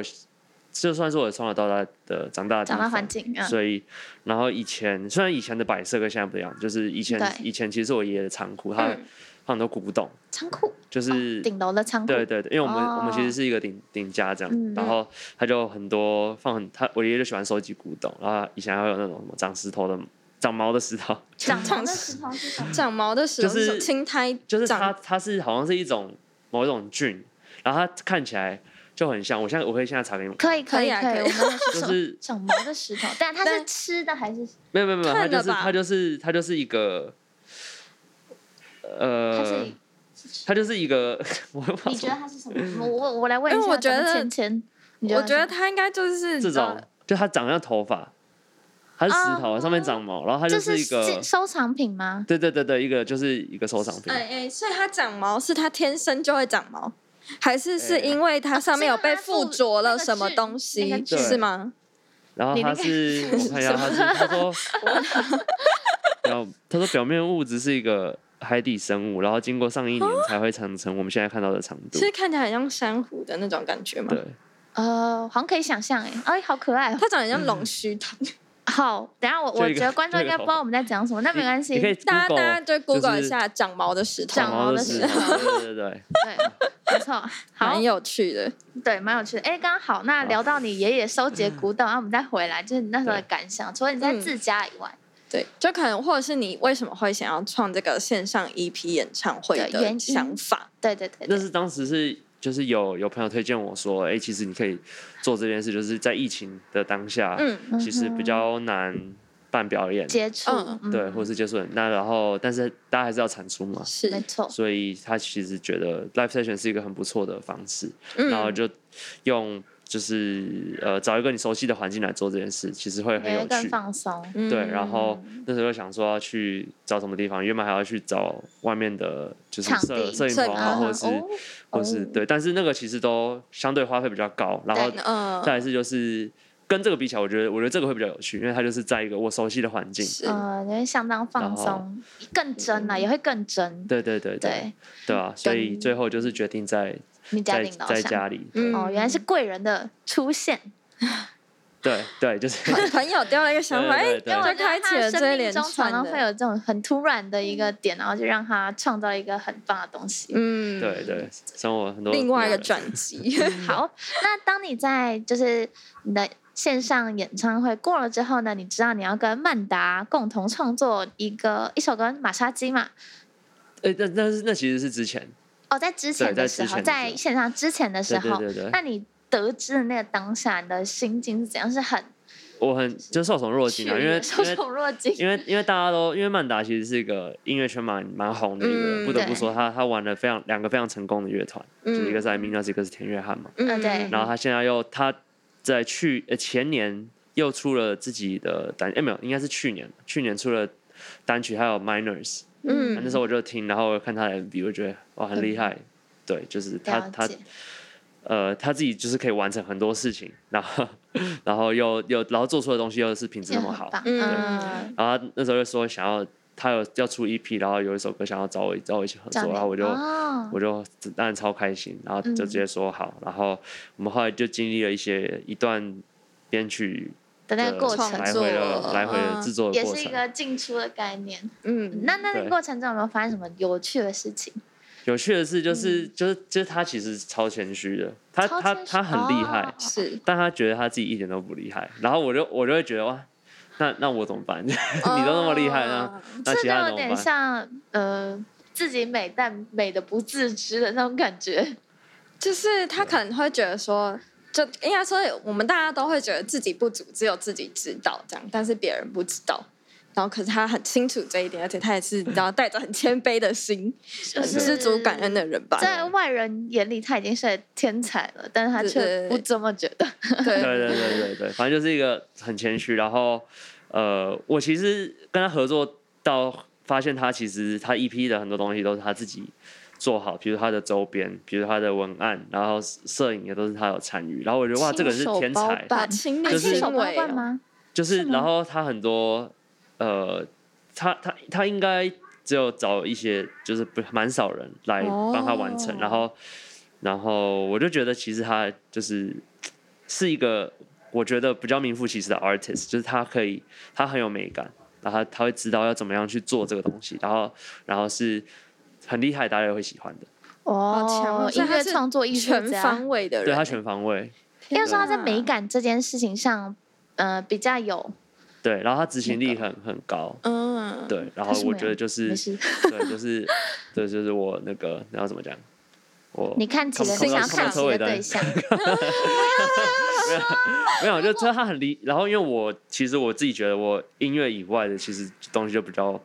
Speaker 4: 就算是我从小到大的长大的地
Speaker 2: 长大
Speaker 4: 方
Speaker 2: 环境嗯
Speaker 4: 所以然后以前虽然以前的摆设跟现在不一样，就是以前
Speaker 2: 对
Speaker 4: 以前其实是我爷爷的仓库，他
Speaker 3: 嗯
Speaker 4: 放很多古董，
Speaker 2: 仓库，哦
Speaker 4: 就是
Speaker 2: 顶楼的仓库，
Speaker 4: 对对对，因为我们、我们其
Speaker 2: 哦
Speaker 4: 实是一个顶顶家这样，
Speaker 2: 嗯
Speaker 4: 然后他就很多放很他我爷爷就喜欢收集古董，然后以前还会有那种什么长石头的长毛的石头，
Speaker 2: 长
Speaker 3: 长
Speaker 2: 长的
Speaker 3: 石
Speaker 2: 石头是什么？
Speaker 3: 长毛的时候
Speaker 4: 就是
Speaker 3: 什么青苔长，
Speaker 4: 就是它它是好像是一种某一种菌，然后它看起来就很像，我现在我可以现在查给你们看，
Speaker 2: 可以可以
Speaker 3: 可以啊
Speaker 2: 可以，
Speaker 3: 可以
Speaker 2: 我们来说
Speaker 4: 就
Speaker 2: 说
Speaker 4: 是
Speaker 2: 长毛的石头，但它是
Speaker 3: 但
Speaker 2: 吃的还是
Speaker 4: 没有没有没有，它
Speaker 3: 看
Speaker 4: 就
Speaker 3: 了
Speaker 4: 是它
Speaker 3: 吧
Speaker 4: 就是它就是一个。
Speaker 2: 它
Speaker 4: 呃
Speaker 2: 是，
Speaker 4: 它就是一个，我
Speaker 2: 你觉得它是什么？我我我来问一
Speaker 3: 因
Speaker 2: 下，
Speaker 3: 为我觉得
Speaker 2: 咱们芊芊，你
Speaker 3: 我觉
Speaker 2: 它
Speaker 3: 得
Speaker 2: 是
Speaker 3: 他应该就是
Speaker 4: 这种
Speaker 3: 呃，
Speaker 4: 就它长像头发，它是石头，上面长毛，然后它就
Speaker 2: 啊这
Speaker 4: 是
Speaker 2: 是
Speaker 4: 一个
Speaker 2: 收，收藏品吗？
Speaker 4: 对对对对，一个就是一个收藏品，
Speaker 3: 哎哎，所以它长毛是它天生就会长毛，还是是
Speaker 4: 哎
Speaker 3: 因为它上面有被附着了什么东
Speaker 2: 那
Speaker 3: 西
Speaker 2: 个，痣
Speaker 4: 那个痣
Speaker 3: 是吗？
Speaker 4: 然后
Speaker 2: 你
Speaker 4: 它
Speaker 2: 那个
Speaker 4: 是，我看一下，它是他说表，他说表面物质是一个海底生物，然后经过上一年才会长成我们现在看到的长度，
Speaker 3: 是看起来很像珊瑚的那种感觉吗？
Speaker 4: 对，
Speaker 2: 呃，好像可以想象哎，哎，好可爱哦。
Speaker 3: 它长得像
Speaker 4: 嗯
Speaker 3: 龙须藤，
Speaker 4: *laughs*
Speaker 2: 好，等一下我
Speaker 4: 就
Speaker 2: 我
Speaker 4: 一个
Speaker 2: 觉得观众应该不知道我们在讲什么，那没关系
Speaker 4: 你可以。
Speaker 3: 大家
Speaker 4: Google，
Speaker 3: 大家就 Google
Speaker 4: 是
Speaker 3: 一下长毛的石头
Speaker 2: 长，
Speaker 4: 长
Speaker 2: 毛
Speaker 4: 毛
Speaker 2: 的
Speaker 4: 的
Speaker 2: 石
Speaker 4: 石头，对对对，
Speaker 2: 对，没错。好
Speaker 3: 蛮，有趣的。
Speaker 2: 对，蛮有趣的。哎，刚好那聊到你爷爷收集的古董，然后我们再回来，就是你那时候的
Speaker 4: 嗯对
Speaker 2: 感想。除了你在
Speaker 3: 嗯
Speaker 2: 自家以外，
Speaker 3: 对，就可能或者是你为什么会想要创这个线上 EP 演唱会
Speaker 2: 对原因
Speaker 3: 的想法？
Speaker 2: 对对对，对
Speaker 4: 那是当时是就是有有朋友推荐我说，哎、其实你可以做这件事，就是在疫情的当下，
Speaker 3: 嗯，
Speaker 4: 其实比较难办表演，
Speaker 2: 接触
Speaker 3: 嗯，
Speaker 2: 嗯
Speaker 4: 对，或是接触人。那然后，但是大家还是要产出嘛，
Speaker 3: 是
Speaker 2: 没，错，
Speaker 4: 所以他其实觉得 live session 是一个很不错的方式，
Speaker 3: 嗯
Speaker 4: 然后就用就是呃找一个你熟悉的环境来做这件事，其实会很
Speaker 2: 也
Speaker 4: 有
Speaker 2: 会哎更
Speaker 4: 趣。
Speaker 2: 放松。啊
Speaker 4: 对，然后
Speaker 2: 嗯
Speaker 4: 那时候就想说要去找什么地方，原本还要去找外面的，就是
Speaker 2: 场
Speaker 4: 摄
Speaker 2: 地
Speaker 4: 摄影
Speaker 3: 摄
Speaker 4: 棚
Speaker 3: 影
Speaker 4: 啊，
Speaker 3: 棚
Speaker 4: 或者
Speaker 3: 啊
Speaker 4: 是、
Speaker 2: 哦
Speaker 4: 或是、对，但是那个其实都相对花费比较高，然后
Speaker 2: 对
Speaker 3: 嗯
Speaker 4: 再来是就是跟这个比起来，我觉得我觉得这个会比较有趣，因为它就是在一个我熟悉的环境，
Speaker 3: 是
Speaker 2: 呃，你会相当放
Speaker 4: 然后
Speaker 2: 松，更真啊了，也会更真。
Speaker 4: 对对对
Speaker 2: 对，
Speaker 4: 对啊，所以
Speaker 3: 跟
Speaker 4: 最后就是决定在
Speaker 2: 你家
Speaker 4: 在
Speaker 2: 领导
Speaker 4: 在
Speaker 2: 想。
Speaker 4: 家里，
Speaker 3: 嗯
Speaker 2: 哦，原来是贵人的出现，
Speaker 4: 对对，就是 *laughs*
Speaker 3: 朋友丢了一个想法，哎，
Speaker 4: 对对对
Speaker 2: 我
Speaker 3: 就
Speaker 2: 觉得
Speaker 3: 开启
Speaker 2: 哦他的
Speaker 3: 了这
Speaker 2: 生
Speaker 3: 一
Speaker 2: 命
Speaker 3: 连
Speaker 2: 中常
Speaker 3: 串
Speaker 2: 常会
Speaker 3: 的，
Speaker 2: 有这种很突然的一个
Speaker 4: 嗯
Speaker 2: 点，然后就让他创造一个很棒的东西。
Speaker 3: 嗯，
Speaker 4: 对，对，生活很多
Speaker 3: 另外一个
Speaker 4: 对
Speaker 3: 转
Speaker 2: *laughs*
Speaker 3: 机，
Speaker 4: 嗯
Speaker 2: 好，那当你在就是你的线上演唱会过了之后呢，你知道你要跟曼达共同创作一个一首歌《马杀鸡》嘛？
Speaker 4: 哎，那那是那其实是之前，
Speaker 2: 哦，在之前
Speaker 4: 对
Speaker 2: 的
Speaker 4: 在
Speaker 2: 时
Speaker 4: 之
Speaker 2: 候，
Speaker 4: 前的
Speaker 2: 在
Speaker 4: 时候
Speaker 2: 线上之前的时
Speaker 4: 对对
Speaker 2: 候，
Speaker 4: 对对
Speaker 2: 那你得知的那个当下，你的心境是怎样？是很
Speaker 4: 我很就受宠若惊啊，
Speaker 2: 雀
Speaker 4: 因
Speaker 2: 跃
Speaker 4: 为
Speaker 2: 受
Speaker 4: 因为
Speaker 2: 宠若惊，
Speaker 4: 因为因为大家都因为曼达其实是一个音乐圈蛮蛮红的一个人，
Speaker 3: 嗯
Speaker 4: 不得
Speaker 2: 对
Speaker 4: 不说他他玩了非常两个非常成功的乐团，就是一个
Speaker 3: 嗯
Speaker 4: 是 m i n a 一个是田约翰嘛。
Speaker 2: 嗯对
Speaker 4: 然后他现在又他在去呃前年又出了自己的单，哎、没有，应该是去年，去年出了单曲，还有 Minors，、
Speaker 3: 嗯
Speaker 4: 那时候我就听，然后我看他的 MV，我觉得哇很厉害，对，就是他
Speaker 2: 了
Speaker 4: 他
Speaker 2: 解。
Speaker 4: 呃他自己就是可以完成很多事情，然后 *laughs* 然后又又然后做出的东西又是品质
Speaker 2: 也
Speaker 4: 那么
Speaker 2: 很
Speaker 4: 好，
Speaker 2: 棒，
Speaker 3: 嗯
Speaker 2: 嗯，
Speaker 4: 然后他那时候就说想要他有要出 EP，然后有一首歌想要找我找我一起合
Speaker 2: 这
Speaker 4: 作，
Speaker 2: 样
Speaker 4: 然后我就。
Speaker 2: 哦嗯
Speaker 4: 我就当然超开心，然后就直接说好，然后我们后来就经历了一些一段编曲
Speaker 2: 的那
Speaker 4: 的
Speaker 2: 个过
Speaker 3: 创
Speaker 2: 程
Speaker 4: 来回的
Speaker 3: 作
Speaker 4: 来回的
Speaker 3: 嗯
Speaker 4: 制作的
Speaker 2: 也
Speaker 4: 过
Speaker 2: 是一
Speaker 4: 程。
Speaker 2: 个进出的概念。
Speaker 3: 嗯，
Speaker 2: 那那那个
Speaker 4: 对
Speaker 2: 过程中有没有发生什么有趣的事情？
Speaker 4: 有趣的是，就是就是就是他其实超谦虚的，他
Speaker 2: 嗯超
Speaker 4: 他
Speaker 2: 谦虚
Speaker 4: 他很厉害，
Speaker 2: 哦
Speaker 4: *laughs*
Speaker 3: 是，
Speaker 4: 但他觉得他自己一点都不厉害，然后我就我就会觉得哇，那那我怎么办？你 *laughs* 都那么厉害，那
Speaker 3: 哦
Speaker 4: 那
Speaker 2: 这
Speaker 4: 其
Speaker 2: 就
Speaker 4: 他
Speaker 2: 有
Speaker 4: 人怎
Speaker 2: 点
Speaker 4: 么办？
Speaker 2: 像呃自己美但美的不自知的那种感觉。
Speaker 3: 就是他可能会觉得说。就应该说，我们大家都会觉得自己不足，只有自己知道这样，但是别人不知道。然后，可是他很清楚这一点，而且他也是，然后带着很谦卑
Speaker 4: *laughs*
Speaker 3: 的心，
Speaker 2: 就
Speaker 3: 很
Speaker 2: 是
Speaker 3: 知足感恩的人吧。
Speaker 2: 在外人眼里他已经是天才了，但是他
Speaker 3: 对
Speaker 2: 却
Speaker 3: 对
Speaker 2: 不
Speaker 3: 对
Speaker 2: 这么觉得。
Speaker 4: 对
Speaker 3: 对
Speaker 4: 对对对对，反正就是一个很谦虚，然后呃，我其实跟他合作到发现他其实他 EP 的很多东西都是他自己做好，比如他的周边，比如他的文案，然后摄影也都是他有参与，然后我觉得哇，这个人是
Speaker 2: 亲手
Speaker 4: 天
Speaker 2: 包
Speaker 4: 才，
Speaker 2: 办
Speaker 3: 把亲力
Speaker 4: 就
Speaker 2: 哎
Speaker 4: 是
Speaker 2: 亲手
Speaker 3: 亲
Speaker 2: 包
Speaker 3: 为
Speaker 2: 办
Speaker 3: 哦，
Speaker 2: 吗？
Speaker 4: 就是
Speaker 2: 吗
Speaker 4: 然后他很多呃，他他他应该只有找一些就是不蛮少人来帮他完成，
Speaker 3: 哦
Speaker 4: 然后然后我就觉得其实他就是是一个我觉得比较名副其实的 artist，就是他可以他很有美感，然后他他会知道要怎么样去做这个东西，然后然后是很厉害，大家也会喜欢的，
Speaker 2: 哦
Speaker 3: 好强哦所
Speaker 2: 音
Speaker 3: 以他
Speaker 2: 乐
Speaker 3: 是
Speaker 2: 创作艺术
Speaker 3: 全
Speaker 2: 家，
Speaker 3: 方位的人，
Speaker 4: 对他全方位，
Speaker 2: 应该说他在
Speaker 3: 哪
Speaker 2: 美感这件事情上，呃，比较有
Speaker 4: 哦对，然后他执行力很很高，
Speaker 3: 嗯，
Speaker 4: 对，然
Speaker 2: 他
Speaker 4: 后
Speaker 2: 是
Speaker 4: 我
Speaker 2: 没
Speaker 4: 觉得就是
Speaker 2: 没事。
Speaker 4: 对，就是对，就是我那个，然后怎么讲？我
Speaker 2: 你看起了你
Speaker 4: 看不
Speaker 2: 想
Speaker 4: 到
Speaker 2: 要看齐
Speaker 4: 看不到
Speaker 2: 的
Speaker 4: 车尾
Speaker 2: 对
Speaker 4: 灯
Speaker 2: 象，
Speaker 4: 没有，就知道他很离。然后因为我其实我自己觉得，我音乐以外的其实东西就比较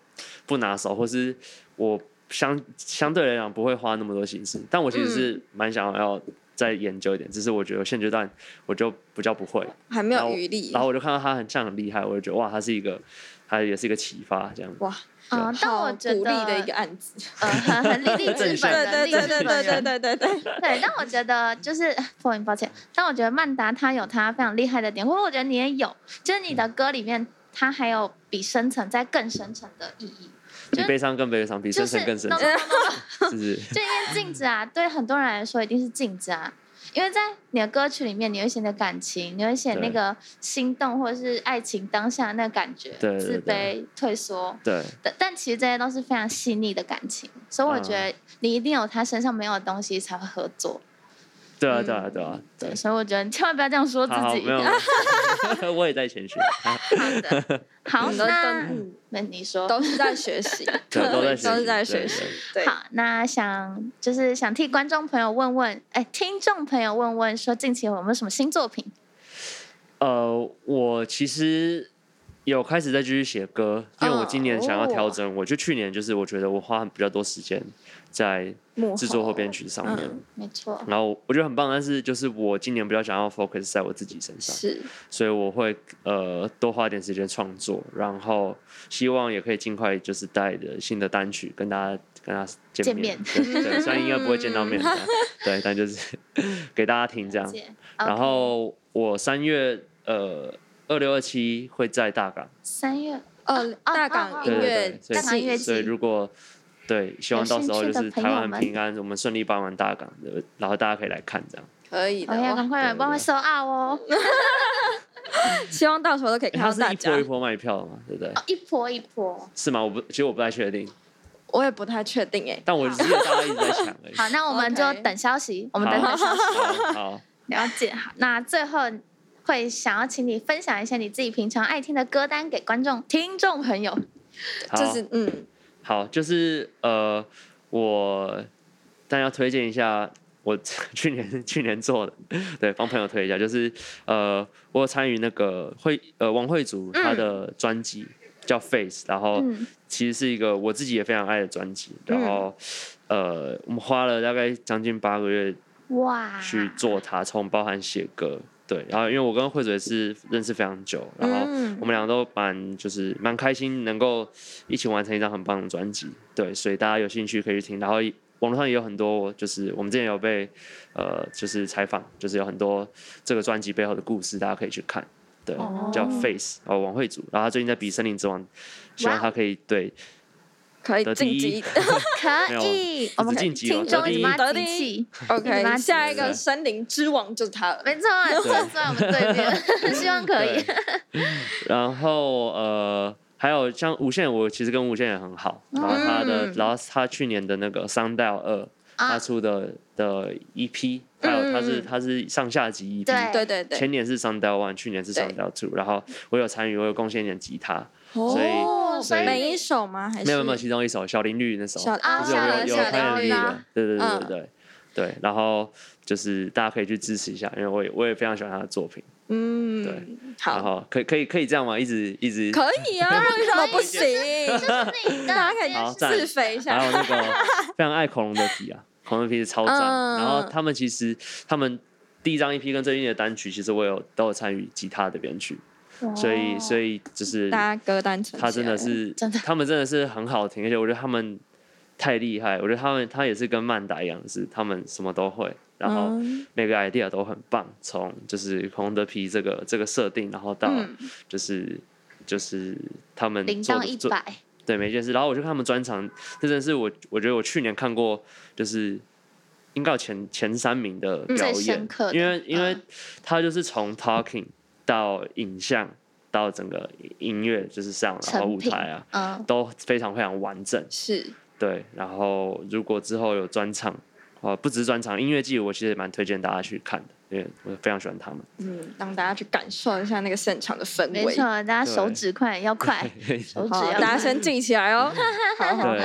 Speaker 4: 不拿手，或是我相相对来讲不会花那么多心思。但我
Speaker 3: 嗯
Speaker 4: 其实是蛮想要再研究一点，只是我觉得我现阶段我就比较不会。
Speaker 3: 还没
Speaker 4: 然
Speaker 3: 有
Speaker 4: 后
Speaker 3: 余力
Speaker 4: 然。后我就看到他很像很厉害，我就觉得哇，他是一个，他也是一个启发这样。
Speaker 3: 哇，
Speaker 2: 啊、但
Speaker 3: 好
Speaker 2: 我
Speaker 3: 鼓
Speaker 2: 觉得
Speaker 3: 励的一个案子。
Speaker 2: 呃，很很 *laughs* 励励志本人，
Speaker 3: 对
Speaker 2: 励志
Speaker 3: 对对
Speaker 2: 本
Speaker 3: 对
Speaker 2: 人
Speaker 3: 对对对对对。
Speaker 2: 对，但我觉得就是，抱歉抱歉，但我觉得曼达她有她非常厉害的点，或者我觉得你也有，就是你的歌里面它还有比深层再更深层的意义，
Speaker 4: 比悲伤更悲伤，比
Speaker 2: 就
Speaker 4: 深
Speaker 2: 是
Speaker 4: 沉更深
Speaker 2: no,
Speaker 4: 沉，
Speaker 2: no, no, no, no.
Speaker 4: 是不是？
Speaker 2: 就因为镜子啊，对很多人来说一定是镜子啊，因为在你的歌曲里面，你会写你的感情，你会写那
Speaker 4: 对
Speaker 2: 个心动或者是爱情当下那个感觉，
Speaker 4: 对对
Speaker 2: 自卑
Speaker 4: 对、
Speaker 2: 退缩。
Speaker 4: 对，
Speaker 2: 但但其实这些都是非常细腻的感情，所以我觉
Speaker 4: 嗯
Speaker 2: 得你一定有他身上没有的东西才会合作。
Speaker 4: 对啊，对啊，对
Speaker 3: 嗯
Speaker 4: 啊，对
Speaker 2: 对，。所以我觉得你千万不要这样说自
Speaker 4: 好好，
Speaker 2: 己。
Speaker 4: 没有，没有 *laughs* 我也在谦虚，啊
Speaker 2: 好的， *laughs* 好，
Speaker 3: 都
Speaker 2: 那
Speaker 3: 都
Speaker 2: 那你说。
Speaker 3: 都是在学习，
Speaker 4: 对，都在
Speaker 3: *laughs* 都是在学
Speaker 4: 对
Speaker 3: 习。
Speaker 4: 对
Speaker 3: 对，
Speaker 2: 好，那想就是想替观众朋友问问，哎，听众朋友问问，说近期有没有什么新作品？
Speaker 4: 呃，我其实有开始在继续写歌，因为我今年想要调整，我就去年就是我觉得我花比较多时间在
Speaker 3: 幕后
Speaker 4: 制作或编曲上面，
Speaker 2: 没错，
Speaker 4: 然后我觉得很棒，但是就是我今年比较想要 focus 在我自己身上，
Speaker 3: 是
Speaker 4: 所以我会呃多花点时间创作，然后希望也可以尽快就是带着新的单曲跟大家跟大家见面，
Speaker 2: 见
Speaker 4: 对对，虽然应该不会见到面，但对，但就是给大家听这样。
Speaker 2: 姐
Speaker 4: 嗯然
Speaker 2: OK，
Speaker 4: 后我三月呃二六二七会在大港，
Speaker 2: 三月
Speaker 3: 呃大港音
Speaker 4: 对对
Speaker 3: 乐
Speaker 4: 对，所以
Speaker 2: 大港音乐季
Speaker 4: 所以如果对，希望到时候就是台湾平安，我们顺利办完大港，对然后大家可以来看这样。
Speaker 3: 可以
Speaker 2: 我
Speaker 3: 的，
Speaker 2: 要赶
Speaker 3: 哇
Speaker 2: 快来
Speaker 4: 对
Speaker 2: 帮我
Speaker 4: 对
Speaker 2: 收澳哦，
Speaker 3: 希望到时候都可以
Speaker 4: 诶
Speaker 3: 看
Speaker 4: 它
Speaker 3: 到
Speaker 4: 是
Speaker 3: 大
Speaker 4: 一
Speaker 3: 家
Speaker 4: 波一。波卖票的嘛，对不对？
Speaker 2: *laughs* 哦一波一波。
Speaker 4: 是吗？我不，其实我不太确定，
Speaker 3: 我也不太确定哎，
Speaker 4: 但我只记得大家一直在抢而已。
Speaker 2: 好，那我们就
Speaker 3: OK
Speaker 2: 等消息，我
Speaker 4: 我
Speaker 2: 们等等消息。
Speaker 4: 好，好，
Speaker 2: 了解，好，那最后会想要请你分享一下你自己平常爱听的歌单给观众、听众朋友。
Speaker 4: 好
Speaker 3: 就是嗯，
Speaker 4: 好，就是呃，我但要推荐一下我 *laughs* 去年去年做的，对，帮朋友推一下，就是呃，我有参与那个惠呃王慧竹她的专辑、叫 Face，然后
Speaker 2: 嗯，
Speaker 4: 其实是一个我自己也非常爱的专辑，然后、呃，我们花了大概将近八个月
Speaker 2: 哇，
Speaker 4: 去做它，从包含写歌。对，然后因为我跟慧主也是认识非常久，然后
Speaker 3: 嗯
Speaker 4: 我们俩都蛮就是蛮开心，能够一起完成一张很棒的专辑。对，所以大家有兴趣可以去听。然后网络上也有很多，就是我们之前有被呃就是采访，就是有很多这个专辑背后的故事，大家可以去看。对，
Speaker 2: 哦
Speaker 4: 叫 Face 哦，王慧主，然后他最近在比《森林之王》，希望他可以对
Speaker 3: 可以
Speaker 4: 得
Speaker 3: 晋
Speaker 4: 第一
Speaker 3: 级。
Speaker 2: 可以，我们
Speaker 4: 只晋级哦
Speaker 2: 听众一直骂
Speaker 3: 得
Speaker 2: 机
Speaker 3: 第一
Speaker 2: 器，你妈
Speaker 3: OK，下一
Speaker 4: 对
Speaker 3: 个森林之王就是他了。
Speaker 2: 没错，坐在我们对面，希望可以。
Speaker 4: 对。然后呃，还有像无线，我其实跟无线也很好。然后他的，然后他去年的那个《Sundial 二》，
Speaker 2: 啊
Speaker 4: 他出的的 EP，还有他是
Speaker 3: 嗯嗯嗯
Speaker 4: 他是上下集 EP。
Speaker 2: 对
Speaker 3: 对对对，
Speaker 4: 前年是《Sundial One》，去年是《
Speaker 3: 对
Speaker 4: Sundial Two》，然后我有参与，我有贡献一点吉他，所以
Speaker 3: 哦，
Speaker 2: 所以
Speaker 3: 每一首吗？还是
Speaker 4: 没有没有，其中一首小林绿那首，
Speaker 3: 小
Speaker 2: 啊
Speaker 4: 就是
Speaker 2: 小
Speaker 4: 我
Speaker 2: 林
Speaker 4: 有有
Speaker 2: 小
Speaker 4: 参
Speaker 2: 林
Speaker 4: 与
Speaker 2: 啊
Speaker 4: 的，对对对
Speaker 3: 嗯
Speaker 4: 对对对，然后就是大家可以去支持一下，因为我也我也非常喜欢他的作品，对
Speaker 3: 嗯，
Speaker 4: 然
Speaker 3: 好，
Speaker 4: 后可以可以可以这样吗？一直一 *laughs* 直
Speaker 3: 可以啊，为什么不
Speaker 2: 可
Speaker 3: 行？
Speaker 2: 就是
Speaker 3: *laughs*
Speaker 2: 你的，
Speaker 3: 大家可
Speaker 4: 好
Speaker 3: 以
Speaker 4: 赞
Speaker 3: 自肥一下
Speaker 4: 还。有那个非常爱恐龙的皮啊，恐龙的皮是超赞。
Speaker 3: 嗯
Speaker 4: 然后他们其实他们第一张 EP 跟最近的单曲，其实我有都有参与吉他的编曲，所以所以就是
Speaker 3: 哦大家歌单存起
Speaker 4: 他
Speaker 3: 来
Speaker 4: 真的是
Speaker 2: 真的
Speaker 4: 他们真的是很好听，而且我觉得他们太厉害，我觉得他们他也是跟曼达一样，是他们什么都会，然后
Speaker 3: 嗯
Speaker 4: 每个 idea 都很棒，从就是恐龙的皮这个这个设定，然后到
Speaker 3: 嗯
Speaker 4: 就是。就是他们
Speaker 2: 零
Speaker 4: 做
Speaker 2: 到
Speaker 4: 的
Speaker 2: 一
Speaker 4: 做
Speaker 2: 百，
Speaker 4: 对，每一件事。然后我就看他们专场，这真的是我我觉得我去年看过，就是应该有前前三名的表
Speaker 2: 嗯最
Speaker 4: 演
Speaker 2: 深，刻的
Speaker 4: 因为因为
Speaker 2: 嗯
Speaker 4: 他就是从 talking 到影像到整个音乐就是上，然后
Speaker 2: 成
Speaker 4: 舞
Speaker 2: 品
Speaker 4: 台啊。
Speaker 2: 嗯，
Speaker 4: 都非常非常完整，
Speaker 3: 是
Speaker 4: 对。然后如果之后有专场，呃，不只是专场，音乐季我其实也蛮推荐大家去看的，因为我非常喜欢他们。
Speaker 3: 嗯，让大家去感受一下那个现场的氛
Speaker 2: 没
Speaker 3: 围
Speaker 2: 错，。大家手
Speaker 4: 对
Speaker 2: 指快要
Speaker 4: *laughs*
Speaker 2: 快，手指
Speaker 3: 好，
Speaker 2: 要
Speaker 3: 大家
Speaker 2: 快。
Speaker 3: 先静起来哦。 *laughs* 好好好
Speaker 4: 对，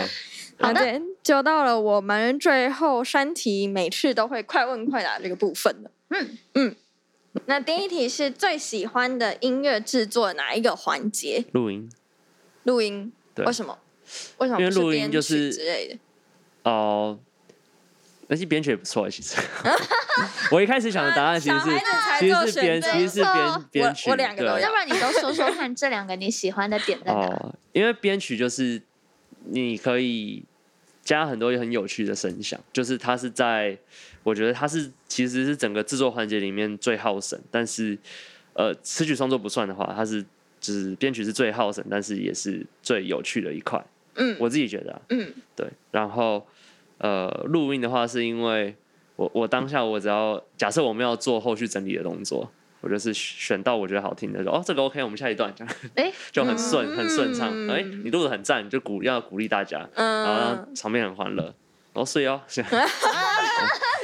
Speaker 3: 那今天就到了我们最后三题，每次都会快问快答这个部分了。
Speaker 2: 嗯
Speaker 3: 嗯，那第一题是最喜欢的音乐制作哪一个环节？
Speaker 4: 录音，
Speaker 3: 录音？
Speaker 4: 对
Speaker 3: 为什么？为什么
Speaker 4: 因为
Speaker 3: 不是
Speaker 4: 录音
Speaker 3: 编
Speaker 4: 就
Speaker 3: 曲
Speaker 4: 是
Speaker 3: 之类的？
Speaker 4: 哦、那些编曲也不错，其
Speaker 3: *laughs*
Speaker 4: 实。我一开始想的答案其实
Speaker 3: 啊小
Speaker 4: 是
Speaker 3: 孩子才，
Speaker 4: 其
Speaker 3: 做
Speaker 4: 实是编，
Speaker 3: 选择
Speaker 4: 其实是编编曲。
Speaker 3: 我我两个都
Speaker 4: 对
Speaker 2: 要
Speaker 3: 要
Speaker 2: 不然你都说说看这两个你喜欢的点在哪？
Speaker 4: 哦，因为编曲就是你可以加很多很有趣的声响，就是它是在，我觉得它是其实是整个制作环节里面最耗神，但是呃，词曲创作不算的话，它是就是编曲是最耗神，但是也是最有趣的一块，
Speaker 3: 嗯
Speaker 4: 我自己觉得、啊，
Speaker 3: 嗯，
Speaker 4: 对。然后呃，录音的话是因为我我当下我只要假设我们要做后续整理的动作。我就是选到我觉得好听的，说哦这个 OK，我们下一段这样。
Speaker 2: 哎，
Speaker 4: 就很顺、
Speaker 3: 嗯
Speaker 4: 很顺畅。哎、你录的很赞，你就鼓要鼓励大家，然后
Speaker 3: 嗯
Speaker 4: 让，场面很欢乐。哦，睡哦，
Speaker 3: *laughs*
Speaker 4: 对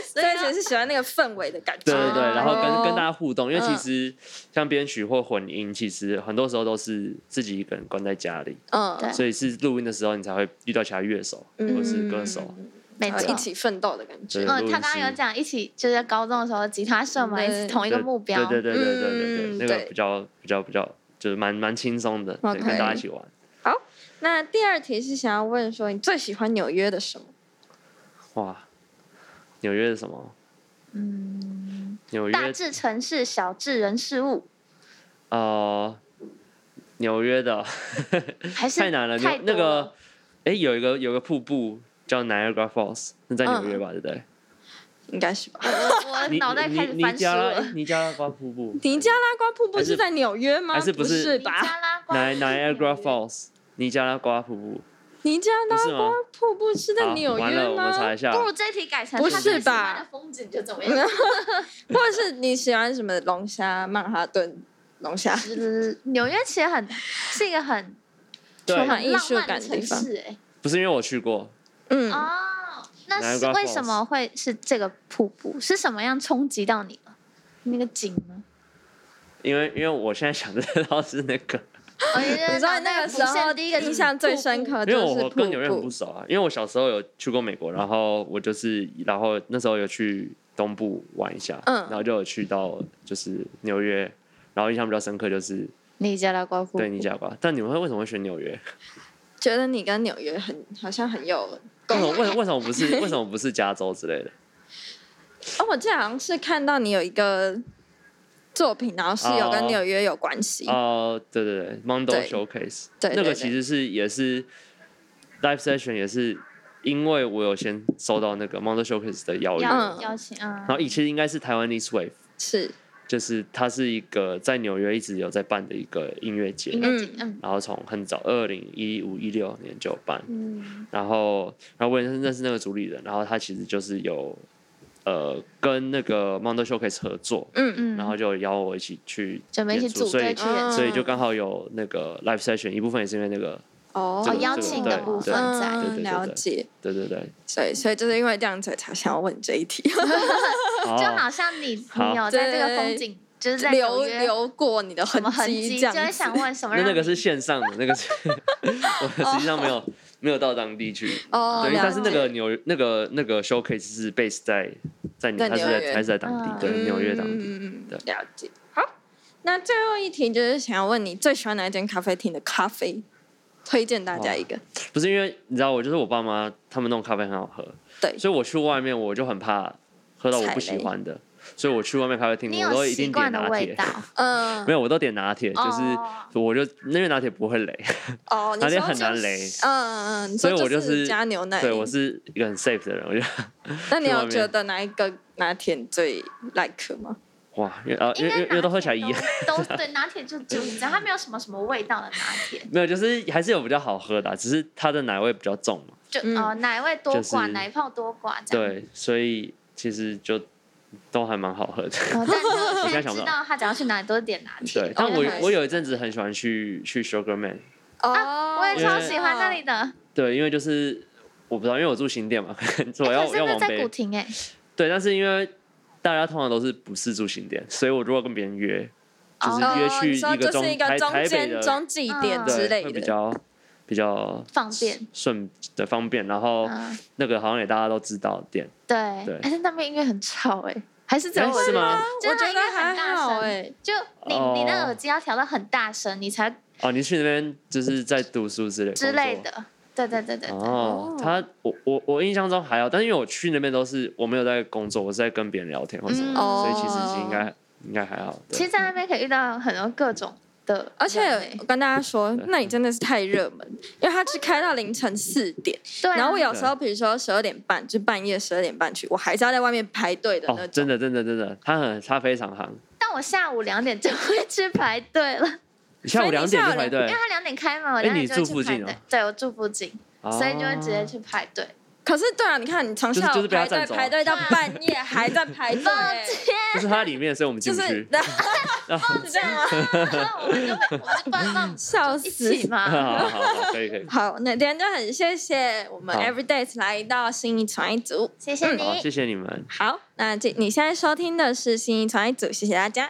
Speaker 3: 所以其实是喜欢那个氛围的感觉。
Speaker 4: 对
Speaker 2: 哦
Speaker 4: 对，然后跟跟大
Speaker 3: 家
Speaker 4: 家互动，因为其
Speaker 3: 哦嗯
Speaker 4: 实像编曲或混音，其实很多时候都是自己一个人关在家里，
Speaker 3: 嗯
Speaker 2: 对
Speaker 4: 所以是录音的时候你才会遇到其他乐手或是歌手，
Speaker 2: 嗯没
Speaker 3: 然后
Speaker 2: 错
Speaker 3: 一。起奋斗的感觉
Speaker 4: 对。
Speaker 2: 嗯，
Speaker 4: 录
Speaker 2: 他
Speaker 4: 音
Speaker 2: 刚刚有
Speaker 4: 师
Speaker 2: 讲一起就是高中的时候吉他社嘛，
Speaker 3: 对
Speaker 2: 一起同一个
Speaker 4: 对
Speaker 2: 目标。
Speaker 4: 对对对对对对
Speaker 3: 嗯
Speaker 4: 对，那个
Speaker 3: 对
Speaker 4: 比较比较比较就是蛮蛮轻松的，对，
Speaker 3: OK
Speaker 4: 跟大家一起玩。
Speaker 3: 那第二题是想要问说，你最喜欢纽约的什么？
Speaker 4: 哇，纽约是什么？嗯，纽约
Speaker 2: 大至城市，小至人事物，
Speaker 4: 哦，纽约的哦
Speaker 2: 还是
Speaker 4: 太难了，
Speaker 2: 太
Speaker 4: 纽那
Speaker 2: 多
Speaker 4: 个
Speaker 2: 了
Speaker 4: 哎、诶有一个有个瀑布叫 Niagara Falls，那在纽约吧，对不对？
Speaker 3: 应该是吧？
Speaker 2: 我我
Speaker 4: 尼
Speaker 2: 嗯脑袋开始
Speaker 4: 尼尼
Speaker 2: 翻书
Speaker 4: 加拉
Speaker 2: 了。
Speaker 4: 尼加拉瓜瀑布，
Speaker 3: 尼加拉瓜瀑布
Speaker 4: 还是
Speaker 3: 是在纽约吗？
Speaker 4: 还是不
Speaker 3: 不
Speaker 4: 是
Speaker 2: 尼
Speaker 3: 吧？
Speaker 2: 加拉瓜
Speaker 4: 哪
Speaker 2: 是
Speaker 4: Niagara
Speaker 2: 纽约
Speaker 4: Falls，尼加拉瓜瀑布，
Speaker 3: 尼加
Speaker 4: 不是
Speaker 3: 拉
Speaker 4: 吗
Speaker 3: 瓜？瀑布是在
Speaker 4: 好
Speaker 3: 纽
Speaker 4: 完
Speaker 3: 约
Speaker 4: 了，我们查
Speaker 3: 吗
Speaker 4: 一？下
Speaker 2: 不。如这题改成
Speaker 3: 不
Speaker 2: 他
Speaker 3: 是
Speaker 2: 最喜欢
Speaker 3: 吧
Speaker 2: 的风景就怎么样
Speaker 3: 或者是你喜欢什么龙虾？曼哈顿龙虾？ *laughs*
Speaker 2: 之？纽约其实很是一个很
Speaker 4: 对
Speaker 3: 充，满
Speaker 2: 很
Speaker 3: *laughs* 艺
Speaker 2: 浪
Speaker 3: 术
Speaker 2: 漫
Speaker 3: 感的
Speaker 2: 城
Speaker 3: 地方
Speaker 2: 市哎。
Speaker 4: 不是因为我去过，
Speaker 3: 嗯，
Speaker 2: 哦，那是
Speaker 4: Niagara
Speaker 2: 为什么会是这个瀑布？是什么样冲击到你了？那个景呢？
Speaker 4: 因为因为我现在 *laughs* 想得到是那个，
Speaker 2: 哦你
Speaker 3: *laughs* 你知道那
Speaker 2: 个
Speaker 3: 个时候
Speaker 2: 第一个
Speaker 4: 嗯
Speaker 3: 印象最深，刻
Speaker 4: 因为
Speaker 3: 啊就
Speaker 4: 我
Speaker 3: 是
Speaker 4: 我
Speaker 3: 瀑
Speaker 4: 跟纽约很不
Speaker 3: 布。
Speaker 4: 熟啊，因为我小时候有去过美国，然后我就是然后那时候有去东部玩一下，
Speaker 3: 嗯
Speaker 4: 然后就有去到就是纽约，然后印象比较深刻就是
Speaker 2: 尼加拉瓜瀑布。
Speaker 4: 对尼加瓜，但你们会为什么会选纽
Speaker 3: *laughs*
Speaker 4: 约？
Speaker 3: 觉得你跟纽约很好像很有
Speaker 4: 为什么为为什么不是为什么不是加州之类
Speaker 3: *laughs*
Speaker 4: 的？
Speaker 3: 哦，我记得好像是看到你有一个作品，然后是有跟
Speaker 4: 哦
Speaker 3: 纽约有关系。
Speaker 4: 哦、对对对，Mondo
Speaker 3: 对
Speaker 4: Showcase，
Speaker 3: 对对
Speaker 4: 那个
Speaker 3: 对
Speaker 4: 其实是也是 Live Session，也是因为我有先收到那个 Mondo Showcase 的邀约，
Speaker 3: 嗯
Speaker 2: 邀邀请啊
Speaker 4: 然，后以其实应该是台湾 East Wave，
Speaker 3: 是，
Speaker 4: 就是它是一个在纽约一直有在办的一个音乐节，
Speaker 2: 音乐景，嗯
Speaker 4: 然后从很早二零一五一六年就有办，
Speaker 2: 嗯，
Speaker 4: 然后然后我也是认识那个主理人，然后他其实就是有呃跟那个 Mondo Showcase 合作，
Speaker 3: 嗯
Speaker 2: 嗯
Speaker 3: 嗯
Speaker 4: 然后就邀我一起去
Speaker 2: 准备一
Speaker 4: 演
Speaker 2: 起
Speaker 4: 出，
Speaker 2: 组
Speaker 4: 所
Speaker 2: 队
Speaker 4: 以
Speaker 2: 去演出
Speaker 3: 嗯
Speaker 4: 所以就哦刚好有那个 live session 一部分也是因为那个，
Speaker 3: 哦
Speaker 4: 这
Speaker 2: 哦
Speaker 4: 个
Speaker 2: 邀
Speaker 4: 这个
Speaker 2: 请
Speaker 4: 对
Speaker 2: 的部分
Speaker 4: 对
Speaker 2: 在。
Speaker 4: 对对对
Speaker 3: 嗯，了解。
Speaker 4: 对
Speaker 2: *laughs*
Speaker 4: 对对，
Speaker 3: 所以，所以就是因为这样子才想要问这一题，
Speaker 2: 就
Speaker 4: 哦
Speaker 2: 好像你
Speaker 4: 好
Speaker 2: 你有在这个风景，就是在纽
Speaker 3: 留
Speaker 2: 约
Speaker 3: 留过你的
Speaker 2: 什么痕
Speaker 3: 迹，
Speaker 2: 迹，
Speaker 3: 这
Speaker 2: 就
Speaker 3: 样
Speaker 2: 会想
Speaker 3: 子。
Speaker 2: 问什么
Speaker 4: *laughs* 那
Speaker 2: 让你？哦
Speaker 4: 那个是线上的，那个是 *laughs* 我实际上没有没有到当地去，
Speaker 3: 哦，
Speaker 4: 对，
Speaker 3: 了
Speaker 4: 但是那
Speaker 3: 解
Speaker 4: 个纽那个那个 showcase 是 base 在在纽，
Speaker 3: 在
Speaker 4: 它是
Speaker 3: 纽
Speaker 4: 在
Speaker 3: 约
Speaker 4: 它是在当地，
Speaker 2: 嗯
Speaker 4: 对，纽约当地。
Speaker 3: 嗯嗯嗯
Speaker 4: 对
Speaker 3: 了解。好，那最后一题就是想要问你最喜欢哪一间咖啡厅的咖啡，推荐大家一个。
Speaker 4: 不是因为你知道，我就是我爸妈他们弄咖啡很好喝，
Speaker 3: 对
Speaker 4: 所以我去外面我就很怕喝到我不喜欢的，所以我去外面咖啡
Speaker 2: 你
Speaker 4: 厅我
Speaker 2: 有
Speaker 4: 都一定
Speaker 2: 习
Speaker 4: 点
Speaker 2: 惯的
Speaker 4: 拿
Speaker 2: 味
Speaker 4: 铁 *laughs*
Speaker 2: 道，，
Speaker 3: 嗯
Speaker 4: 没，有我都点拿铁，就是我就因为拿铁不会雷，
Speaker 3: 哦，
Speaker 4: 拿
Speaker 3: 你
Speaker 4: 铁
Speaker 3: 说
Speaker 4: 很难
Speaker 3: 就
Speaker 4: 雷
Speaker 3: 是嗯嗯，嗯，
Speaker 4: 所以我
Speaker 3: 就
Speaker 4: 就是
Speaker 3: 加牛奶。
Speaker 4: 对我是一个很 safe 的人，我就 *laughs*
Speaker 3: 那你
Speaker 4: 去外
Speaker 3: 有
Speaker 4: 面
Speaker 3: 觉得哪一个拿铁你最 like 吗？
Speaker 4: 哇，因为呃因
Speaker 2: 应
Speaker 4: 为
Speaker 2: 该
Speaker 4: 因为因为都喝起来一
Speaker 2: 拿
Speaker 4: 样， *laughs*
Speaker 2: 铁都都对拿铁就就是这样，它没有什么什么味道的拿铁，
Speaker 4: 没有就是还是有比较好喝的啊、只是它的奶味比较重嘛，
Speaker 2: 就
Speaker 3: 嗯
Speaker 2: 哦奶味多
Speaker 4: 就
Speaker 2: 寡，
Speaker 4: 是
Speaker 2: 奶泡多寡这样。
Speaker 4: 对，所以其实就都还蛮好
Speaker 2: *laughs*
Speaker 4: 喝的。 *laughs*
Speaker 2: 哦，但是
Speaker 4: 我
Speaker 2: 现
Speaker 4: 现在
Speaker 2: 在
Speaker 4: 想不
Speaker 2: 知
Speaker 4: 到
Speaker 2: 道他只要去哪里都点拿铁。
Speaker 4: 对，但我
Speaker 3: 原来
Speaker 4: 我有一阵子很喜欢去去 Sugar Man，
Speaker 3: 哦
Speaker 2: 啊我也超喜欢那里
Speaker 3: 的。
Speaker 2: 的，
Speaker 4: 对，因为就是我不知道，因为我住新店嘛， *laughs* 所以我要、
Speaker 2: 啊可是
Speaker 4: 要
Speaker 2: 那
Speaker 4: 往
Speaker 2: 在古
Speaker 4: 北。
Speaker 2: 亭哎，
Speaker 4: 对，但是因为大家通常都是不是住新店，所以我如果跟别人约，就是
Speaker 2: 哦
Speaker 4: 约
Speaker 3: 哦
Speaker 4: 去
Speaker 3: 你说
Speaker 4: 一个
Speaker 3: 就
Speaker 4: 中
Speaker 3: 是一个
Speaker 4: 台
Speaker 3: 中
Speaker 4: 台北
Speaker 3: 间
Speaker 4: 的
Speaker 3: 中继点
Speaker 2: 嗯
Speaker 3: 之
Speaker 4: 对，
Speaker 3: 类
Speaker 4: 会比
Speaker 3: 的，
Speaker 4: 较比较
Speaker 2: 方便。
Speaker 4: 顺的方便，然后
Speaker 2: 嗯，
Speaker 4: 那个好像也大家都知道的店，
Speaker 2: 对
Speaker 4: 对。
Speaker 2: 但是那边音乐很吵哎，还是只有
Speaker 4: 哎
Speaker 2: 我
Speaker 4: 是吗？哦
Speaker 2: 真
Speaker 3: 我
Speaker 2: 的
Speaker 3: 觉
Speaker 2: 音乐
Speaker 3: 得
Speaker 2: 很
Speaker 3: 还
Speaker 2: 大
Speaker 3: 好
Speaker 2: 声。
Speaker 3: 哎。
Speaker 2: 就你你那耳机要调到很大声，你才
Speaker 4: 哦，你去那边就是在读书之类
Speaker 2: 之类，的。对对对对对，
Speaker 4: 哦，他我我我印象中还好，但是因为我去那边都是我没有在工作，我是在跟别人聊天或什么的，
Speaker 3: 嗯哦
Speaker 4: 所以其实已经应该应该还好。对
Speaker 2: 其实，在那边可以遇到很多各种的人欸，
Speaker 3: 而且我跟大家说，那你真的是太热门，因为它是开到凌晨四点，
Speaker 2: 对啊，
Speaker 3: 然后我有时候比如说十二点半，就半夜十二点半去，我还是要在外面排队的那
Speaker 4: 哦，
Speaker 3: 种。
Speaker 4: 真的真的真的，他很他非常行，
Speaker 2: 但我下午两点就会去排队
Speaker 4: *laughs*
Speaker 2: 了，
Speaker 4: 你下午两点就排队
Speaker 2: 因为，他两点开嘛，我
Speaker 4: 哎
Speaker 2: 两
Speaker 4: 你
Speaker 2: 点就会
Speaker 4: 住附
Speaker 2: 去排
Speaker 4: 近哦
Speaker 2: 队。对，我住附近，
Speaker 4: 哦
Speaker 2: 所以就会直接去排
Speaker 3: *laughs*
Speaker 2: 队。
Speaker 3: 可是对啊，你看你从下
Speaker 4: 就是就
Speaker 3: 午
Speaker 4: 是被他
Speaker 3: 排
Speaker 4: 占
Speaker 3: 队
Speaker 4: 走啊
Speaker 3: 排队到半夜，还在
Speaker 2: *laughs*
Speaker 3: 排队，欸
Speaker 4: 哦，就是它里面，所以我们进
Speaker 3: 就
Speaker 4: 不去 *laughs*
Speaker 3: 是。 *laughs* 是这
Speaker 2: *laughs*
Speaker 3: 样吗？
Speaker 2: 然后我们就被我就被放
Speaker 3: 笑
Speaker 2: 一
Speaker 3: 死！
Speaker 2: 起
Speaker 4: *laughs* 好
Speaker 2: 嘛。
Speaker 4: 好好，好可以可以，
Speaker 3: 好，那今天就很谢谢我们
Speaker 4: 好
Speaker 3: Everyday 来到新一传一组。
Speaker 2: 谢谢
Speaker 4: 嗯好，
Speaker 2: 你，
Speaker 4: 谢谢你们，
Speaker 3: 好，那这你现在收听的是新一传一组，谢谢大家，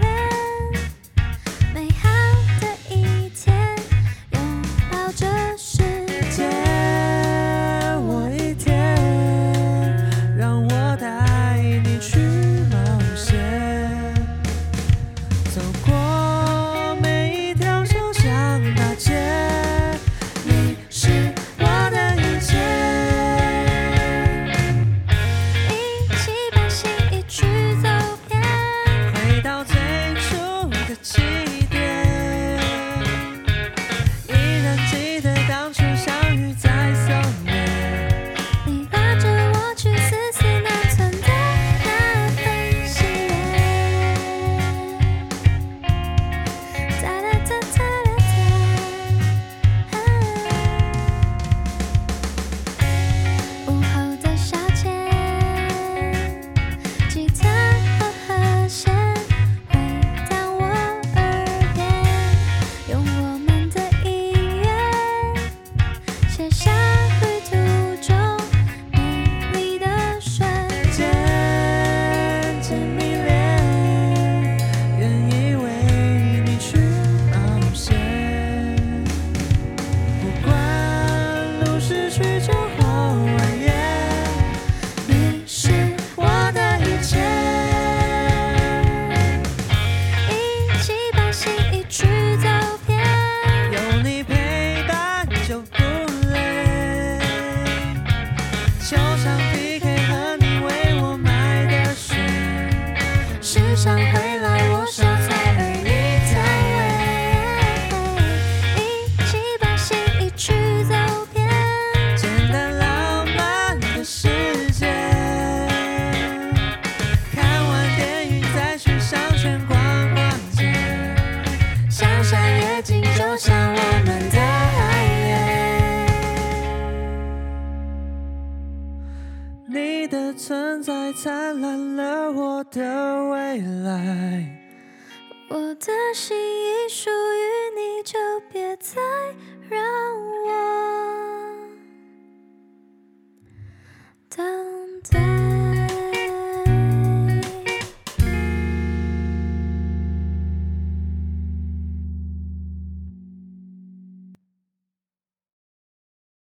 Speaker 1: 帘，美好的一天，拥抱这世界。
Speaker 5: 我一天，让我带你去冒险，走过每一条小巷大街，你是我的一切。
Speaker 1: 一起把心意去走遍，
Speaker 5: 回到最初的起点，依然记得当初相遇在松烟。
Speaker 1: 你拉着我去丝丝难存的那份喜悦。哒哒哒哒哒哒啊午后的消遣，吉他和和弦回荡我耳边，用我们的音乐。写下旅途中美丽的瞬间，
Speaker 5: 渐渐迷恋，愿意为你去冒险。不管路是曲折或蜿蜒，
Speaker 1: 你是
Speaker 5: 我的一切。
Speaker 1: 一起把心意去走遍，
Speaker 5: 有你陪伴就不累，就像 PK 和你为我买的水，
Speaker 1: 时常回来我手菜而你在喂，一起把心意去走遍，
Speaker 5: 简单浪漫的世界。看完电影再去商圈逛逛街，
Speaker 1: 想山越境就像我们的爱恋。
Speaker 5: 你的存在灿烂了我的未来。
Speaker 1: 我的心已属于你，就别再让我等待。